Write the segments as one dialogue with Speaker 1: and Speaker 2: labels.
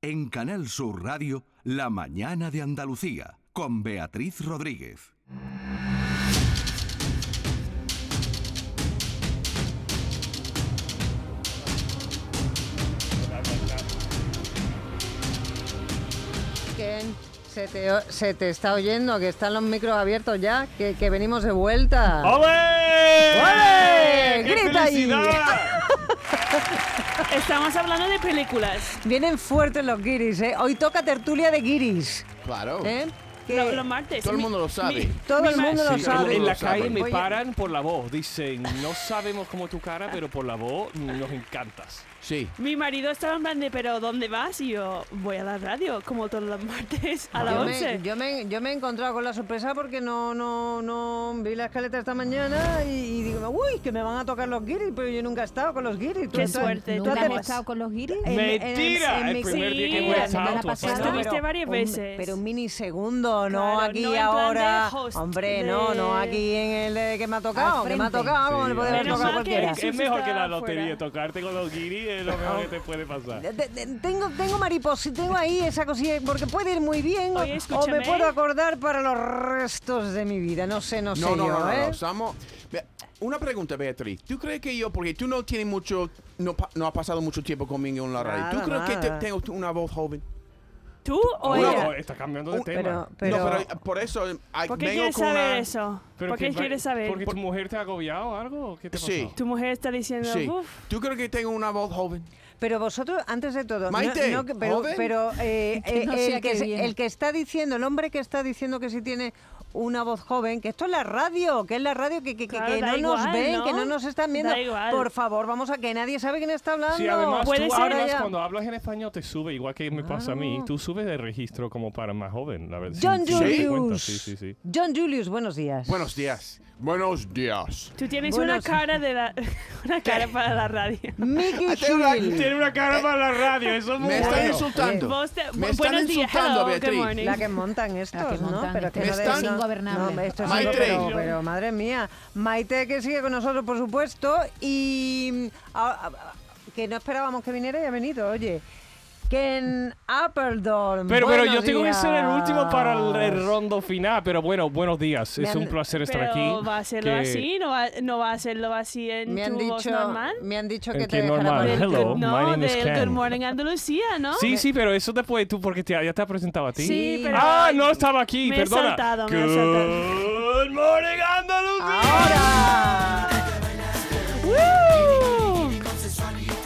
Speaker 1: En Canal Sur Radio, La Mañana de Andalucía, con Beatriz Rodríguez.
Speaker 2: Ken, se te, o- se te está oyendo, que están los micros abiertos ya, que, que venimos de vuelta.
Speaker 3: Oh.
Speaker 4: ¡Ole!
Speaker 2: ¡Ole! Grita ahí.
Speaker 3: Estamos hablando de películas.
Speaker 2: Vienen fuertes los guiris, ¿eh? Hoy toca tertulia de guiris.
Speaker 5: Claro.
Speaker 2: ¿eh? Que
Speaker 3: Lo- los martes.
Speaker 5: Todo el
Speaker 3: Mi-
Speaker 5: mundo lo sabe.
Speaker 2: Todo el
Speaker 3: ma-
Speaker 2: mundo lo
Speaker 5: Sí,
Speaker 4: En,
Speaker 2: sabe.
Speaker 4: en la
Speaker 5: Lo saben.
Speaker 4: calle me
Speaker 2: Oye,
Speaker 4: paran por la voz. Dicen, no sabemos cómo tu cara, pero por la voz nos encantas.
Speaker 5: Sí.
Speaker 3: Mi marido estaba en plan de, pero ¿dónde vas? Y yo, voy a la radio, como todos los martes, a las
Speaker 2: Yo
Speaker 3: 11.
Speaker 2: me, yo, me, yo me he encontrado con la sorpresa porque no, no, no vi la escaleta esta mañana y, y digo, uy, que me van a tocar los guiris, pero yo nunca he estado con los guiris. Tú
Speaker 3: Qué
Speaker 2: estás-
Speaker 3: suerte,
Speaker 2: tú
Speaker 3: tú
Speaker 2: has
Speaker 6: ¿Nunca has
Speaker 3: Entonces-
Speaker 6: estado con los guiris?
Speaker 2: en-
Speaker 4: ¡Mentira!
Speaker 2: en
Speaker 4: el
Speaker 2: mi-
Speaker 4: primer día que
Speaker 3: sí,
Speaker 4: hemos
Speaker 6: la
Speaker 4: estado,
Speaker 6: semana
Speaker 4: tú has
Speaker 6: pasada.
Speaker 4: estado.
Speaker 3: Estuviste varias
Speaker 2: un-
Speaker 3: veces.
Speaker 2: pues, pero un minisegundo, no
Speaker 3: Claro,
Speaker 2: aquí
Speaker 3: no en plan
Speaker 2: ahora.
Speaker 3: de host,
Speaker 2: Hombre,
Speaker 3: de-
Speaker 2: no, no aquí en el de que me ha tocado,
Speaker 6: Al
Speaker 2: que me ha
Speaker 6: frente.
Speaker 2: tocado, como
Speaker 5: Sí,
Speaker 2: le podemos
Speaker 5: ahora
Speaker 3: Menos
Speaker 2: tocar a
Speaker 3: mal que
Speaker 2: cualquiera.
Speaker 3: eres-
Speaker 4: Es
Speaker 3: Jesús
Speaker 4: mejor
Speaker 3: está
Speaker 4: que la lotería,
Speaker 3: fuera.
Speaker 4: tocarte con los guiris es lo mejor que te puede pasar.
Speaker 2: De- de- Tengo, tengo mariposi, tengo ahí esa cosilla, porque puede ir muy bien o-
Speaker 3: Oye,
Speaker 2: o me
Speaker 3: escúchame. ¿eh?
Speaker 2: puedo acordar para los restos de mi vida. No sé, no sé
Speaker 5: No, no,
Speaker 2: yo,
Speaker 5: no, no,
Speaker 2: ¿eh?
Speaker 5: no, estamos- Ve- Una pregunta, Beatriz. ¿Tú crees que yo, porque tú no tienes mucho, no, pa- no has pasado mucho tiempo conmigo en la radio, ¿tú
Speaker 2: Nada,
Speaker 5: crees que te-
Speaker 2: nada.
Speaker 5: tengo una voz joven?
Speaker 3: ¿Tú o
Speaker 4: Una
Speaker 3: ella?
Speaker 5: eh,
Speaker 4: voz, está cambiando de
Speaker 5: Un-
Speaker 4: tema.
Speaker 2: Pero,
Speaker 5: no,
Speaker 2: pero,
Speaker 5: pero eh, por eso eh, ay,
Speaker 3: ¿Por qué
Speaker 5: vengo
Speaker 3: quieres
Speaker 5: con
Speaker 3: saber
Speaker 5: una-
Speaker 3: eso?
Speaker 4: Pero
Speaker 3: ¿Por qué
Speaker 4: que-
Speaker 3: quieres saber?
Speaker 4: ¿Porque tu mujer te ha agobiado o algo? ¿Qué te ha
Speaker 5: Sí.
Speaker 4: pasado?
Speaker 3: Tu mujer está diciendo,
Speaker 5: Sí.
Speaker 3: uff,
Speaker 5: ¿Tú crees que tengo una voz joven?
Speaker 2: pero vosotros, antes de todo, no-
Speaker 5: Maite,
Speaker 2: no que- pero,
Speaker 5: joven.
Speaker 2: pero, eh,
Speaker 6: Que no
Speaker 2: eh,
Speaker 6: sea
Speaker 2: el, que,
Speaker 6: que
Speaker 2: se-
Speaker 6: viene.
Speaker 2: el que está diciendo, el hombre que está diciendo que si tiene una voz joven, que esto es la radio, que es la radio, que, que- que-
Speaker 3: Claro,
Speaker 2: que
Speaker 3: da
Speaker 2: no nos
Speaker 3: igual,
Speaker 2: ven,
Speaker 3: ¿no?
Speaker 2: que no nos están viendo.
Speaker 3: Da igual.
Speaker 2: Por favor, vamos a que nadie sabe quién está hablando.
Speaker 4: Sí, además
Speaker 3: Puede
Speaker 4: tú
Speaker 3: ser. Ah.
Speaker 4: hablas,
Speaker 2: Ya.
Speaker 4: cuando hablas en español te sube, igual que me pasa a mí, tú subes de registro como para más joven, la verdad.
Speaker 2: John
Speaker 4: sin- sin darte cuenta.
Speaker 2: Julius.
Speaker 4: Sí, sí, sí.
Speaker 2: John Julius, buenos días.
Speaker 5: Buenos días. Buenos días.
Speaker 3: tú tienes
Speaker 2: Bueno,
Speaker 3: una
Speaker 2: sí.
Speaker 3: cara de la, una cara para la radio.
Speaker 2: Mickey
Speaker 5: Ah, tengo la-
Speaker 2: Hill.
Speaker 4: Tiene una cara para la radio, eso es muy
Speaker 5: Me están
Speaker 4: bueno.
Speaker 5: insultando.
Speaker 3: Vos te-
Speaker 5: me
Speaker 3: bu-
Speaker 5: están
Speaker 3: buenos días,
Speaker 5: insultando,
Speaker 3: hello, good
Speaker 5: Beatriz.
Speaker 3: morning.
Speaker 2: La que montan estos,
Speaker 6: La que
Speaker 2: ¿no?
Speaker 6: montan,
Speaker 2: Pero es que
Speaker 5: me
Speaker 2: no de-
Speaker 5: están-
Speaker 2: no-
Speaker 6: ingobernable.
Speaker 2: no, esto es
Speaker 5: Maite.
Speaker 2: ingobernable, pero, madre mía. Maite que sigue con nosotros, por supuesto, y mm, a- a- que no esperábamos que viniera y ha venido, oye. Que en Appledorn.
Speaker 4: Pero, pero yo
Speaker 2: buenos
Speaker 4: tengo que ser el
Speaker 2: días.
Speaker 4: último para el, el rondo final. Pero bueno, buenos días.
Speaker 2: Me han-
Speaker 4: Es un placer estar
Speaker 3: pero
Speaker 4: aquí.
Speaker 3: va a hacerlo
Speaker 4: que-
Speaker 3: así, no va, no va a hacerlo así en
Speaker 2: Me han
Speaker 3: tu voz
Speaker 2: dicho,
Speaker 3: normal.
Speaker 2: me han dicho
Speaker 4: ¿En
Speaker 2: que te
Speaker 4: qué
Speaker 2: dejará
Speaker 4: normal?
Speaker 2: poner el
Speaker 4: Hello.
Speaker 2: turno.
Speaker 4: my
Speaker 3: no,
Speaker 4: name is
Speaker 3: del
Speaker 4: Ken.
Speaker 3: Good Morning Andalucía, ¿no?
Speaker 4: Sí, sí, pero eso después tú, porque te- ya te has presentado a ti.
Speaker 3: Sí, pero-
Speaker 4: Ah, no estaba aquí,
Speaker 3: Me he
Speaker 4: perdona.
Speaker 3: saltado, me he saltado.
Speaker 4: Good morning, Andalucía.
Speaker 2: Ahora.
Speaker 3: ¡Woo!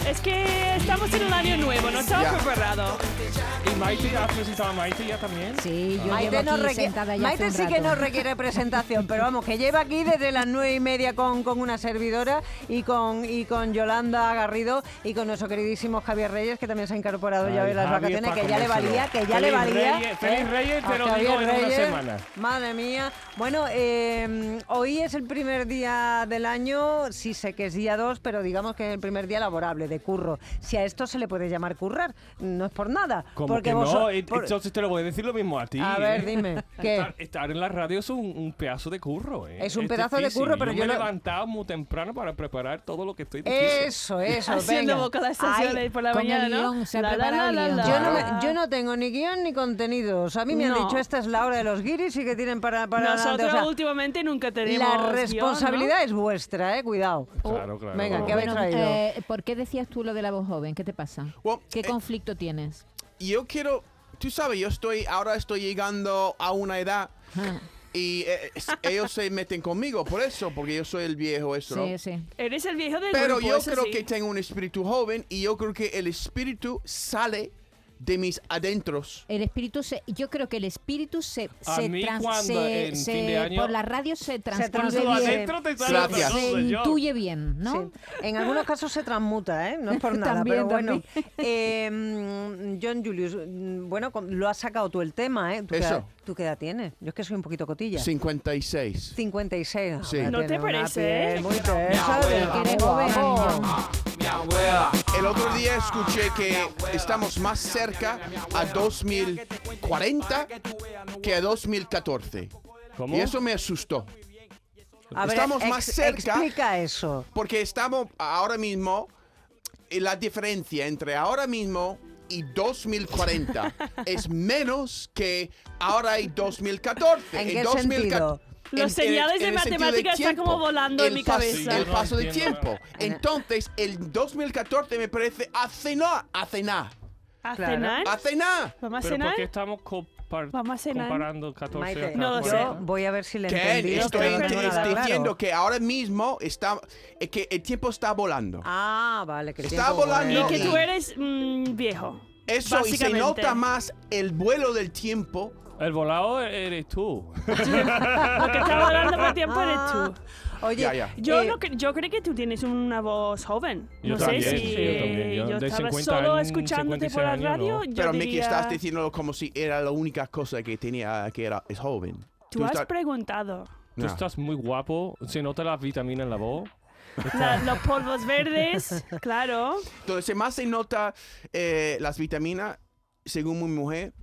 Speaker 3: Es que estamos en un año nuevo, no estamos
Speaker 5: Ya.
Speaker 3: preparados. Ah.
Speaker 4: ¿Y Maite? ¿Has presentado a Maite ya también?
Speaker 6: Sí, yo
Speaker 2: Maite,
Speaker 6: llevo
Speaker 2: no
Speaker 6: aquí
Speaker 2: requiere,
Speaker 6: sentada ya
Speaker 2: Maite
Speaker 6: hace un
Speaker 2: sí que
Speaker 6: rato.
Speaker 2: no requiere presentación, pero vamos, que lleva aquí desde las nueve y media con, con una servidora y con, y con Yolanda Garrido y con nuestro queridísimo Javier Reyes, que también se ha incorporado ya
Speaker 4: Ay,
Speaker 2: hoy a las
Speaker 4: Javi,
Speaker 2: vacaciones,
Speaker 4: para
Speaker 2: que ya le
Speaker 4: comérselo.
Speaker 2: valía, que ya le
Speaker 4: Feliz
Speaker 2: valía. ¿eh?
Speaker 4: Reyes, feliz Reyes,
Speaker 2: a
Speaker 4: te lo
Speaker 2: Javier
Speaker 4: digo en una semana.
Speaker 2: Madre mía. Bueno, eh, hoy es el primer día del año, sí sé que es día 2, pero digamos que es el primer día laborable de curro. Si a esto se le puede llamar currar, no es por nada.
Speaker 4: Como
Speaker 2: porque
Speaker 4: que
Speaker 2: vos
Speaker 4: no,
Speaker 2: so-
Speaker 4: eh,
Speaker 2: por-
Speaker 4: entonces te lo voy a decir lo mismo a ti.
Speaker 2: A
Speaker 4: ¿eh?
Speaker 2: ver, dime, ¿qué?
Speaker 4: Estar, estar en la radio es un, un pedazo de curro. ¿eh?
Speaker 2: Es un
Speaker 4: Es
Speaker 2: pedazo de
Speaker 4: difícil.
Speaker 2: curro, pero
Speaker 4: yo,
Speaker 2: yo
Speaker 4: me he
Speaker 2: lo-
Speaker 4: levantado muy temprano para preparar todo lo que estoy diciendo.
Speaker 2: Eso, eso,
Speaker 3: Haciendo
Speaker 2: venga.
Speaker 3: boca de
Speaker 2: Ay,
Speaker 3: estaciones por la
Speaker 6: con el
Speaker 3: mañana, ¿no?
Speaker 6: guión, se ha
Speaker 3: La, la,
Speaker 6: preparado
Speaker 3: la,
Speaker 6: el
Speaker 3: la,
Speaker 6: guión.
Speaker 2: Yo no,
Speaker 3: la.
Speaker 2: me- yo no tengo ni guión ni contenidos. A mí me han
Speaker 3: No.
Speaker 2: dicho esta es la hora de los guiris y que tienen para... para adelante".
Speaker 3: Nosotros
Speaker 2: O sea,
Speaker 3: últimamente nunca tenemos
Speaker 2: la
Speaker 3: guión, ¿no?
Speaker 2: responsabilidad es vuestra, eh, cuidado.
Speaker 4: Claro, claro.
Speaker 2: Oh, Venga, ¿qué habéis
Speaker 6: Bueno,
Speaker 2: traído?
Speaker 6: eh, ¿por qué decías tú lo de la voz joven? ¿Qué te pasa?
Speaker 5: Well,
Speaker 6: ¿Qué
Speaker 5: eh,
Speaker 6: conflicto tienes?
Speaker 5: yo quiero, tú sabes, yo estoy, ahora estoy llegando a una edad
Speaker 6: Ah,
Speaker 5: y eh, es- ellos se meten conmigo por eso, porque yo soy el viejo, eso, ¿no?
Speaker 6: sí, sí.
Speaker 3: Eres el viejo del
Speaker 5: Pero
Speaker 3: grupo,
Speaker 5: yo
Speaker 3: eso
Speaker 5: creo
Speaker 3: sí.
Speaker 5: que tengo un espíritu joven y yo creo que el espíritu sale de mis adentros.
Speaker 6: El espíritu se, yo creo que el espíritu se,
Speaker 4: A
Speaker 6: se,
Speaker 4: mí
Speaker 6: trans-
Speaker 4: cuando
Speaker 6: se-
Speaker 4: en
Speaker 6: se-
Speaker 4: fin de año-
Speaker 6: por la radio se transcribe
Speaker 2: transcribe
Speaker 6: bien,
Speaker 4: adentro te sale
Speaker 5: Gracias.
Speaker 4: otra
Speaker 6: se
Speaker 4: cosa, yo.
Speaker 6: intuye bien, ¿no?
Speaker 2: Sí. En algunos casos se transmuta, ¿eh? No es por nada,
Speaker 6: También,
Speaker 2: pero bueno. Eh, mm, John Julius, mm, bueno, com- lo has sacado tú el tema, ¿eh? ¿Tú, Qué, edad-
Speaker 5: Eso.
Speaker 2: ¿Tú qué edad tienes? Yo es que soy un poquito cotilla.
Speaker 5: 56.
Speaker 2: 56. Ah,
Speaker 5: Sí.
Speaker 2: hombre,
Speaker 3: ¿No te
Speaker 2: tiene una
Speaker 3: parece,
Speaker 2: piel
Speaker 3: eh?
Speaker 2: Muy tesa, de que eres
Speaker 4: Ah,
Speaker 2: joven.
Speaker 5: El otro día escuché que estamos más cerca a 2040 que a 2014.
Speaker 4: ¿Cómo?
Speaker 5: Y eso me asustó.
Speaker 2: A ver,
Speaker 5: Estamos
Speaker 2: ex-
Speaker 5: más cerca.
Speaker 2: Explica eso.
Speaker 5: Porque estamos ahora mismo, y la diferencia entre ahora mismo y 2040 es menos que ahora hay 2014.
Speaker 2: ¿En
Speaker 5: El
Speaker 2: qué
Speaker 5: 2014
Speaker 2: sentido?
Speaker 5: en-
Speaker 3: Los señales de
Speaker 5: el sentido
Speaker 3: matemática están
Speaker 5: tiempo.
Speaker 3: como volando en mi
Speaker 5: paso-
Speaker 3: cabeza.
Speaker 5: El
Speaker 4: Sí,
Speaker 5: paso
Speaker 4: no
Speaker 5: de
Speaker 4: entiendo.
Speaker 5: tiempo. Entonces, el 2014 me parece hace nada, hace nada,
Speaker 3: ¿A
Speaker 2: Claro.
Speaker 3: cenar?
Speaker 5: hace nada.
Speaker 3: ¿Vamos a
Speaker 4: ¿Pero por
Speaker 3: cenar?
Speaker 4: qué estamos compar-
Speaker 3: Vamos a cenar.
Speaker 4: comparando 14
Speaker 2: Maite,
Speaker 4: a
Speaker 3: No lo
Speaker 2: yo
Speaker 4: 40?
Speaker 3: sé.
Speaker 2: voy a ver si le
Speaker 5: Ken,
Speaker 2: entendí.
Speaker 5: estoy
Speaker 2: pero no
Speaker 5: te-
Speaker 2: tengo nada claro.
Speaker 5: diciendo que ahora mismo está, eh, que el tiempo está volando.
Speaker 2: Ah, vale, que el
Speaker 5: Está
Speaker 2: tiempo vuela.
Speaker 5: volando
Speaker 3: Y que tú
Speaker 5: y-
Speaker 3: eres mm, viejo.
Speaker 5: Eso y se
Speaker 3: básicamente.
Speaker 5: nota más el vuelo del tiempo.
Speaker 4: El volado eres tú.
Speaker 3: Lo que está volando por el tiempo eres
Speaker 2: Ah,
Speaker 3: tú.
Speaker 2: Oye,
Speaker 5: Ya, ya.
Speaker 3: Yo,
Speaker 2: eh,
Speaker 3: no cre- yo creo que tú tienes una voz joven.
Speaker 4: Yo
Speaker 3: no
Speaker 4: también,
Speaker 3: sé si
Speaker 4: sí, yo también. Yo de
Speaker 3: estaba
Speaker 4: 50
Speaker 3: solo
Speaker 4: años,
Speaker 3: escuchándote por
Speaker 4: 56
Speaker 3: la
Speaker 4: años,
Speaker 3: radio.
Speaker 4: no.
Speaker 3: yo
Speaker 5: Pero Mickey,
Speaker 3: diría-
Speaker 5: estás diciéndolo como si era la única cosa que tenía que era es joven.
Speaker 3: Tú has
Speaker 5: estás- Ah.
Speaker 3: preguntado.
Speaker 4: Tú
Speaker 5: No.
Speaker 4: estás muy guapo. Se nota las vitaminas en la voz.
Speaker 3: La- los polvos verdes, claro.
Speaker 5: Donde más se nota eh, las vitaminas, según mi mujer,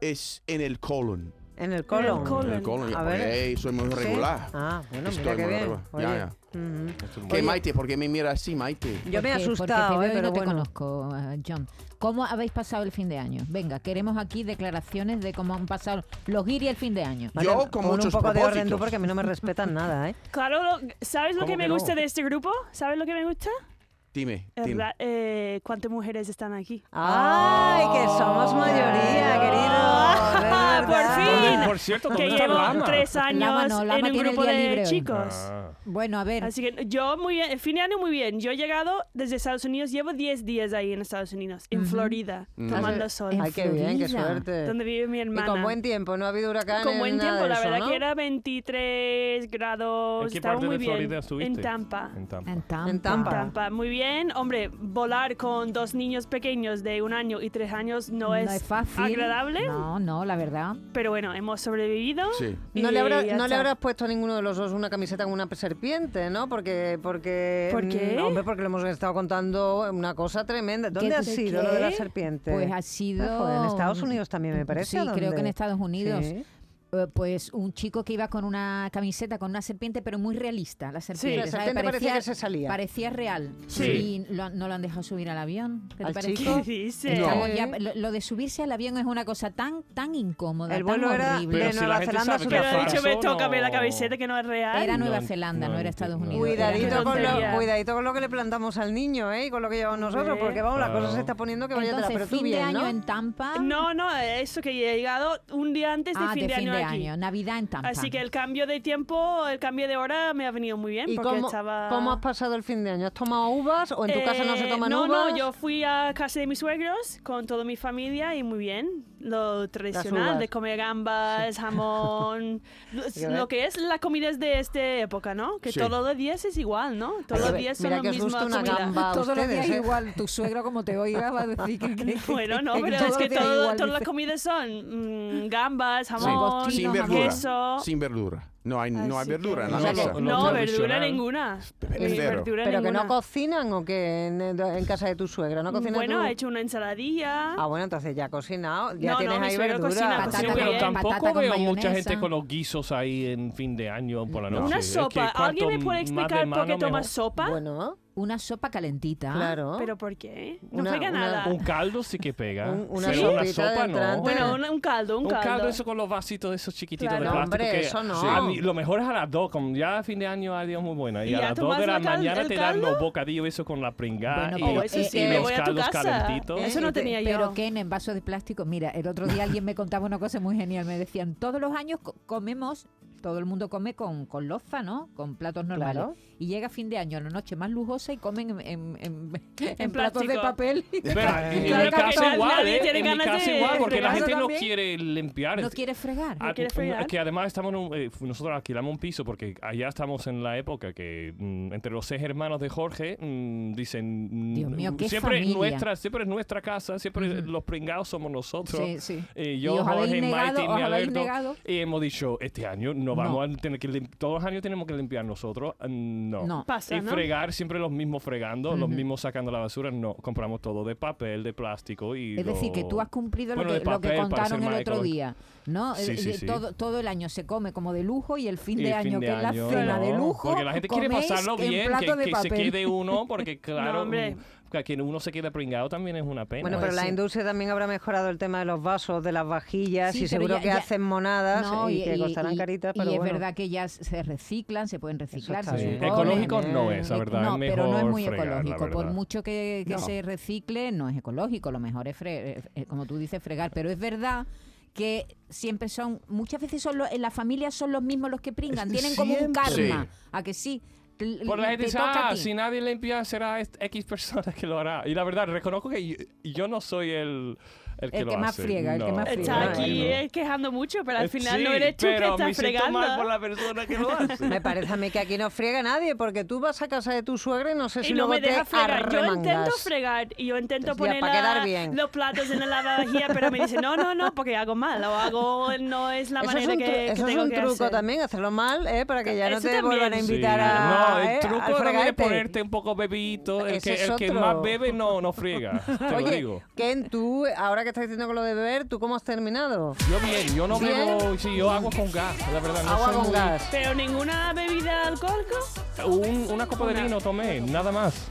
Speaker 5: es en el colon.
Speaker 2: en el colon.
Speaker 3: En el colon.
Speaker 5: En el colon.
Speaker 2: A
Speaker 5: A
Speaker 2: ver.
Speaker 5: soy muy regular.
Speaker 2: Ah, bueno,
Speaker 5: Estoy
Speaker 2: mira qué
Speaker 5: muy
Speaker 2: bien.
Speaker 5: regular.
Speaker 2: Oye,
Speaker 5: Ya, ya.
Speaker 2: ujú.
Speaker 5: ¿Qué, Maite? ¿Por qué me mira así, Maite?
Speaker 2: Yo me he
Speaker 6: Porque- porque
Speaker 2: asustado,
Speaker 6: te
Speaker 2: eh,
Speaker 6: veo y
Speaker 2: pero
Speaker 6: no te
Speaker 2: bueno.
Speaker 6: conozco, ah, John. ¿Cómo habéis pasado el fin de año? Venga, queremos aquí declaraciones de cómo han pasado los guiri el fin de año.
Speaker 5: Yo
Speaker 2: Vale,
Speaker 5: con
Speaker 2: pon un
Speaker 5: muchos
Speaker 2: poco de orden tú
Speaker 5: propósitos.
Speaker 2: porque a mí no me respetan nada, ¿eh?
Speaker 3: Claro, lo- ¿sabes lo
Speaker 4: ¿Cómo
Speaker 3: que me
Speaker 4: que no?
Speaker 3: gusta de este grupo? ¿Sabes lo que me gusta?
Speaker 5: Dime.
Speaker 3: El
Speaker 5: dime.
Speaker 3: ra- eh, ¿Cuántas mujeres están aquí?
Speaker 4: Ah,
Speaker 2: ¡Ay, que somos mayoría, queridos! Es
Speaker 3: Por
Speaker 2: verdad.
Speaker 3: fin.
Speaker 4: Por cierto, ¿dónde
Speaker 3: Que
Speaker 4: está
Speaker 3: llevo
Speaker 4: Lama?
Speaker 3: tres años
Speaker 6: Lama no, Lama
Speaker 3: en un
Speaker 6: tiene
Speaker 3: grupo
Speaker 6: el día
Speaker 3: de
Speaker 6: libre hoy.
Speaker 3: chicos.
Speaker 4: Ah.
Speaker 6: Bueno, a ver,
Speaker 3: Así que yo muy bien, el fin de año muy bien. Yo he llegado desde Estados Unidos, llevo 10 días ahí en Estados Unidos, en Florida, tomando sol,
Speaker 6: en
Speaker 2: ¡Ay, qué bien, qué
Speaker 6: Florida.
Speaker 2: suerte!
Speaker 3: donde vive mi
Speaker 2: Y
Speaker 3: hermana.
Speaker 2: con buen tiempo, no ha habido huracanes
Speaker 3: Con buen
Speaker 2: ni nada
Speaker 3: tiempo, la
Speaker 2: de eso,
Speaker 3: verdad
Speaker 2: ¿no?
Speaker 3: que era 23 grados,
Speaker 4: ¿En qué
Speaker 3: estaba
Speaker 4: parte
Speaker 3: muy
Speaker 4: de
Speaker 3: bien.
Speaker 4: Florida estuviste?
Speaker 3: En Tampa.
Speaker 4: Ah, En Tampa.
Speaker 6: en Tampa.
Speaker 2: En Tampa.
Speaker 3: Tampa, muy bien. Hombre, volar con dos niños pequeños de un año y tres años no,
Speaker 6: No
Speaker 3: es,
Speaker 6: es fácil.
Speaker 3: agradable,
Speaker 6: No, no, la verdad.
Speaker 3: pero bueno, hemos sobrevivido.
Speaker 5: Sí.
Speaker 2: No,
Speaker 3: y
Speaker 2: le, habrá-
Speaker 3: ya
Speaker 2: no le
Speaker 3: está.
Speaker 2: habrás puesto a ninguno de los dos una camiseta con una serpiente, ¿no? Porque, porque...
Speaker 3: ¿Por qué?
Speaker 2: mm, Hombre, porque le hemos estado contando una cosa tremenda. ¿Dónde
Speaker 6: ¿Qué-
Speaker 2: ha
Speaker 6: de
Speaker 2: sido
Speaker 6: qué?
Speaker 2: lo de la serpiente?
Speaker 6: Pues ha sido...
Speaker 2: Ah, joder, en Estados Unidos también, me parece,
Speaker 6: Sí,
Speaker 2: ¿o
Speaker 6: creo que en
Speaker 2: dónde?
Speaker 6: Estados Unidos.
Speaker 2: Sí.
Speaker 6: Eh, Pues un chico que iba con una camiseta, con una serpiente, pero muy realista, la serpiente.
Speaker 2: la
Speaker 6: ¿sabes?
Speaker 2: serpiente parecía que se salía.
Speaker 6: Parecía real.
Speaker 4: Sí.
Speaker 6: Y lo- no lo han dejado subir al avión. ¿Qué te
Speaker 2: ¿Al
Speaker 6: parece?
Speaker 2: chico?
Speaker 3: ¿Qué dices?
Speaker 6: Estamos
Speaker 2: Sí.
Speaker 6: ya- lo, lo de subirse al avión es una cosa tan, tan incómoda,
Speaker 2: El
Speaker 6: tan
Speaker 2: vuelo era
Speaker 6: horrible.
Speaker 2: de
Speaker 4: Pero si la
Speaker 2: Nueva
Speaker 4: gente
Speaker 2: Zelanda a
Speaker 4: sabe que
Speaker 3: Pero
Speaker 2: Sudáfrica.
Speaker 4: es
Speaker 3: he dicho,
Speaker 4: falso,
Speaker 3: ve, tócame
Speaker 4: no.
Speaker 3: la camiseta que no es real.
Speaker 6: Era Nueva
Speaker 4: No,
Speaker 6: Zelanda, no,
Speaker 4: no,
Speaker 6: era Estados
Speaker 4: no.
Speaker 6: Unidos.
Speaker 2: Cuidadito
Speaker 3: Qué
Speaker 2: con, lo,
Speaker 3: tontería.
Speaker 2: cuidadito con lo que le plantamos al niño, ¿eh? Y con lo que llevamos nosotros,
Speaker 3: Hombre.
Speaker 2: porque vamos, la cosa
Speaker 4: Claro.
Speaker 2: se está poniendo que vaya
Speaker 6: Entonces,
Speaker 2: atrás. Pero tú
Speaker 6: fin de
Speaker 2: bien,
Speaker 6: año
Speaker 2: ¿no?
Speaker 6: en Tampa.
Speaker 3: No, no, eso que he llegado un día antes de
Speaker 6: ah,
Speaker 3: fin de, año aquí.
Speaker 6: año. Navidad en Tampa.
Speaker 3: Así que el cambio de tiempo, el cambio de hora me ha venido muy bien
Speaker 2: ¿Y
Speaker 3: porque
Speaker 2: cómo,
Speaker 3: estaba...
Speaker 2: cómo has pasado el fin de año? ¿Has tomado uvas o en tu casa no se
Speaker 3: Eh,
Speaker 2: toman
Speaker 3: no,
Speaker 2: uvas?
Speaker 3: No, yo fui a casa de mis suegros con toda mi familia y muy bien. Lo
Speaker 2: uvas.
Speaker 3: tradicional de comer gambas, jamón,
Speaker 2: Ya
Speaker 3: lo,
Speaker 2: ves.
Speaker 3: lo que es la comida es de esta época, ¿no? Que
Speaker 5: Sí.
Speaker 3: todos los días es igual, ¿no? Todos los días son
Speaker 2: Mira
Speaker 3: la
Speaker 2: que os
Speaker 3: misma
Speaker 2: gusta una
Speaker 3: comida.
Speaker 2: gamba a ustedes, ¿eh?
Speaker 6: igual. Tu suegro, como te oiga, va a decir que.
Speaker 3: Bueno, no, pero es que todo- todas las comidas son mm, gambas,
Speaker 5: Sí.
Speaker 3: jamón,
Speaker 5: Sin
Speaker 6: Cochinos,
Speaker 5: verdura.
Speaker 3: queso.
Speaker 5: Sin verdura. No hay, no hay
Speaker 3: Así
Speaker 5: verdura en
Speaker 3: que-
Speaker 5: la
Speaker 2: O sea
Speaker 5: mesa.
Speaker 2: que-
Speaker 3: No,
Speaker 4: Lo
Speaker 3: verdura
Speaker 4: tradicional.
Speaker 3: ninguna.
Speaker 5: Pe-
Speaker 3: Ni
Speaker 5: cero.
Speaker 3: verdura
Speaker 2: ¿Pero que
Speaker 3: ninguna.
Speaker 2: no cocinan o que en, en casa de tu suegra? ¿No cocinan
Speaker 3: Bueno,
Speaker 2: tú?
Speaker 3: ha hecho una ensaladilla.
Speaker 2: Ah, bueno, entonces ya ha cocinado, ya
Speaker 3: No, no,
Speaker 2: tienes
Speaker 3: mi
Speaker 2: ahí
Speaker 3: suegro
Speaker 2: verdura.
Speaker 3: cocina,
Speaker 6: Patata
Speaker 4: Sí,
Speaker 3: cocina
Speaker 4: pero
Speaker 3: bien.
Speaker 4: tampoco
Speaker 6: Patata con
Speaker 4: veo mucha
Speaker 6: mayonesa.
Speaker 4: gente con los guisos ahí en fin de año por la noche.
Speaker 3: una
Speaker 4: Es que
Speaker 3: sopa.
Speaker 4: cuanto
Speaker 3: ¿Alguien me puede
Speaker 4: más de
Speaker 3: explicar por qué
Speaker 4: mano,
Speaker 3: toma
Speaker 4: mejor.
Speaker 3: sopa?
Speaker 2: Bueno,
Speaker 6: Una sopa calentita.
Speaker 2: claro.
Speaker 3: Ah, ¿Pero por qué? No
Speaker 2: Una-
Speaker 3: pega
Speaker 2: una-
Speaker 3: nada.
Speaker 4: Un caldo sí que pega.
Speaker 2: Un- una
Speaker 4: pero una
Speaker 2: sopita de
Speaker 4: sopa no.
Speaker 2: entrante.
Speaker 3: bueno, un, un caldo, un,
Speaker 4: Un caldo eso con los vasitos de esos chiquititos
Speaker 3: Claro.
Speaker 4: de
Speaker 3: No,
Speaker 4: plástico.
Speaker 2: hombre,
Speaker 4: que
Speaker 2: eso no.
Speaker 4: a mí- lo mejor es a las 2, como ya a fin de año, adiós, muy buena. Y,
Speaker 3: ¿Y
Speaker 4: a
Speaker 3: ya
Speaker 4: las 2
Speaker 3: tomas
Speaker 4: de la
Speaker 3: el cal-
Speaker 4: mañana
Speaker 3: el
Speaker 4: te dan los
Speaker 3: caldo?
Speaker 4: bocadillos eso con la pringada
Speaker 6: Bueno,
Speaker 4: y,
Speaker 6: pero
Speaker 3: Oh,
Speaker 4: los-
Speaker 3: eso
Speaker 6: eh,
Speaker 3: sí,
Speaker 4: y
Speaker 6: eh,
Speaker 3: me
Speaker 4: los
Speaker 3: voy a tu
Speaker 4: caldos
Speaker 3: casa.
Speaker 4: calentitos.
Speaker 3: Eso no tenía yo.
Speaker 6: Este, Pero Ken, en vasos de plástico. Mira, el otro día alguien me contaba una cosa muy genial. Me decían, todos los años co- comemos, todo el mundo come con, con loza, ¿no? Con platos normales.
Speaker 2: Claro.
Speaker 6: Y llega fin de año, la noche más lujosa, y comen en, en- en- en
Speaker 3: En
Speaker 6: platos de
Speaker 3: plástico.
Speaker 6: papel.
Speaker 4: Espera, en
Speaker 3: Claro,
Speaker 4: mi
Speaker 3: porque
Speaker 4: casa
Speaker 3: nadie
Speaker 4: igual, ¿eh?
Speaker 3: tiene
Speaker 4: En mi
Speaker 3: ganas
Speaker 4: casa
Speaker 3: de-
Speaker 4: igual,
Speaker 3: de
Speaker 4: porque la
Speaker 3: casa
Speaker 4: gente no
Speaker 6: también.
Speaker 4: quiere limpiar.
Speaker 6: No quiere fregar.
Speaker 4: Ah,
Speaker 3: quieres
Speaker 4: mm,
Speaker 3: fregar?
Speaker 4: es que además estamos en un- eh, f- nosotros alquilamos un piso porque allá estamos en la época que mm, entre los seis hermanos de Jorge mm, dicen mm,
Speaker 6: Dios mío, qué
Speaker 4: siempre es
Speaker 6: familia.
Speaker 4: nuestra siempre es nuestra casa siempre eh, los pringados somos nosotros
Speaker 6: Sí, sí.
Speaker 4: Eh,
Speaker 6: Y
Speaker 4: yo
Speaker 6: os habéis
Speaker 4: Jorge
Speaker 6: negado,
Speaker 4: Maite y
Speaker 6: os
Speaker 4: mi
Speaker 6: habéis
Speaker 4: Alberto,
Speaker 6: negado.
Speaker 4: y hemos dicho este año no vamos a tener que lim- todos los años tenemos que limpiar nosotros mm, no,
Speaker 6: No.
Speaker 3: Pasa,
Speaker 4: y
Speaker 3: ¿no?
Speaker 4: fregar siempre los mismos fregando los mismos sacando la basura no compramos todo de papel de plástico y
Speaker 6: Es decir, que
Speaker 4: lo-
Speaker 6: tú has cumplido lo
Speaker 4: Bueno, de
Speaker 6: que, lo que
Speaker 4: papel, para
Speaker 6: contaron
Speaker 4: ser
Speaker 6: el
Speaker 4: más
Speaker 6: otro
Speaker 4: ecológico.
Speaker 6: día, ¿no?
Speaker 4: Sí,
Speaker 6: Eh,
Speaker 4: sí,
Speaker 6: eh,
Speaker 4: sí.
Speaker 6: Todo, todo el año se come como de lujo y el fin
Speaker 4: Y
Speaker 6: de
Speaker 4: el
Speaker 6: año,
Speaker 4: fin
Speaker 6: que es la
Speaker 4: año,
Speaker 6: cena de
Speaker 4: no,
Speaker 6: lujo,
Speaker 4: Porque la gente quiere
Speaker 6: coméis
Speaker 4: pasarlo
Speaker 6: en
Speaker 4: bien,
Speaker 6: plato
Speaker 4: que,
Speaker 6: de
Speaker 4: que se
Speaker 6: papel.
Speaker 4: quede uno, porque claro,
Speaker 3: hombre.
Speaker 4: mm, que- que uno se queda pringado también es una pena.
Speaker 2: Bueno, pero la
Speaker 6: Pues sí.
Speaker 2: industria también habrá mejorado el tema de los vasos, de las vajillas y
Speaker 6: Sí, pero
Speaker 2: seguro
Speaker 6: ya-
Speaker 2: que
Speaker 6: ya-
Speaker 2: hacen monadas
Speaker 6: No,
Speaker 2: y, que costarán
Speaker 6: y-
Speaker 2: caritas, pero
Speaker 6: y es
Speaker 2: bueno.
Speaker 6: verdad que ya se reciclan, se pueden reciclar.
Speaker 2: está
Speaker 6: se
Speaker 2: bien.
Speaker 6: supone.
Speaker 4: Ecológico no
Speaker 2: Eh,
Speaker 4: es, la verdad.
Speaker 6: No,
Speaker 4: es
Speaker 6: pero no es
Speaker 4: mejor
Speaker 6: muy
Speaker 4: fregar, la
Speaker 6: ecológico. Por
Speaker 4: verdad.
Speaker 6: mucho que, que
Speaker 5: No.
Speaker 6: se recicle, no es ecológico. Lo mejor es, fre- eh, como tú dices, fregar. Pero es verdad que siempre son, muchas veces son los- en las familias son los mismos los que pringan. Tienen como un
Speaker 5: Siempre.
Speaker 6: karma. A que sí. Te-
Speaker 4: Por la gente
Speaker 6: te
Speaker 4: dice,
Speaker 6: toca a
Speaker 4: ah,
Speaker 6: ti.
Speaker 4: si nadie limpia será est- X persona que lo hará. Y la verdad, reconozco que yo, yo no soy el, el que
Speaker 6: El
Speaker 4: lo
Speaker 6: que más
Speaker 4: hace.
Speaker 6: friega, el que
Speaker 4: No,
Speaker 6: más friega.
Speaker 3: Está
Speaker 4: no,
Speaker 3: aquí
Speaker 4: no.
Speaker 3: eh, quejando mucho, pero al
Speaker 4: Eh,
Speaker 3: final
Speaker 4: sí,
Speaker 3: no eres tú que
Speaker 4: pero me
Speaker 3: estás
Speaker 4: siento
Speaker 3: fregando.
Speaker 4: mal por la persona que lo hace.
Speaker 2: Me parece a mí que aquí no friega nadie, porque tú vas a casa de tu suegra y no sé si
Speaker 3: y no
Speaker 2: luego
Speaker 3: me
Speaker 2: te
Speaker 3: deja fregar. Yo intento
Speaker 2: arremangas. Pues
Speaker 3: fregar y yo intento
Speaker 2: Ya,
Speaker 3: poner
Speaker 2: pa' quedar
Speaker 3: la-
Speaker 2: bien.
Speaker 3: los platos en la lavavajilla, pero me dice no, no, no, porque hago mal o hago no es la
Speaker 2: Eso es
Speaker 3: manera
Speaker 2: un,
Speaker 3: que,
Speaker 2: tru-
Speaker 3: que
Speaker 2: eso es
Speaker 3: tengo
Speaker 2: un
Speaker 3: que
Speaker 2: truco
Speaker 3: hacer.
Speaker 2: también, hacerlo mal, ¿eh? para que ya no
Speaker 3: Eso
Speaker 2: te vuelvan a
Speaker 3: también.
Speaker 4: Sí.
Speaker 2: invitar
Speaker 4: No,
Speaker 2: a,
Speaker 4: el
Speaker 2: ¿eh? al
Speaker 4: truco también es
Speaker 2: fregarte.
Speaker 4: ponerte un poco bebito. El
Speaker 2: Ese
Speaker 4: que,
Speaker 2: es
Speaker 4: el que
Speaker 2: otro.
Speaker 4: más bebe no, no friega. Te lo
Speaker 2: Oye,
Speaker 4: digo.
Speaker 2: Ken, tú, ahora que estás diciendo con lo de beber, ¿tú cómo has terminado?
Speaker 4: Yo bien, yo no
Speaker 2: ¿Bien?
Speaker 4: bebo. Sí, yo agua con gas, la verdad. No
Speaker 2: Agua
Speaker 4: soy
Speaker 2: con
Speaker 4: muy-
Speaker 2: gas.
Speaker 3: Pero ninguna bebida alcohólica.
Speaker 4: Un- una copa de vino tomé, nada más.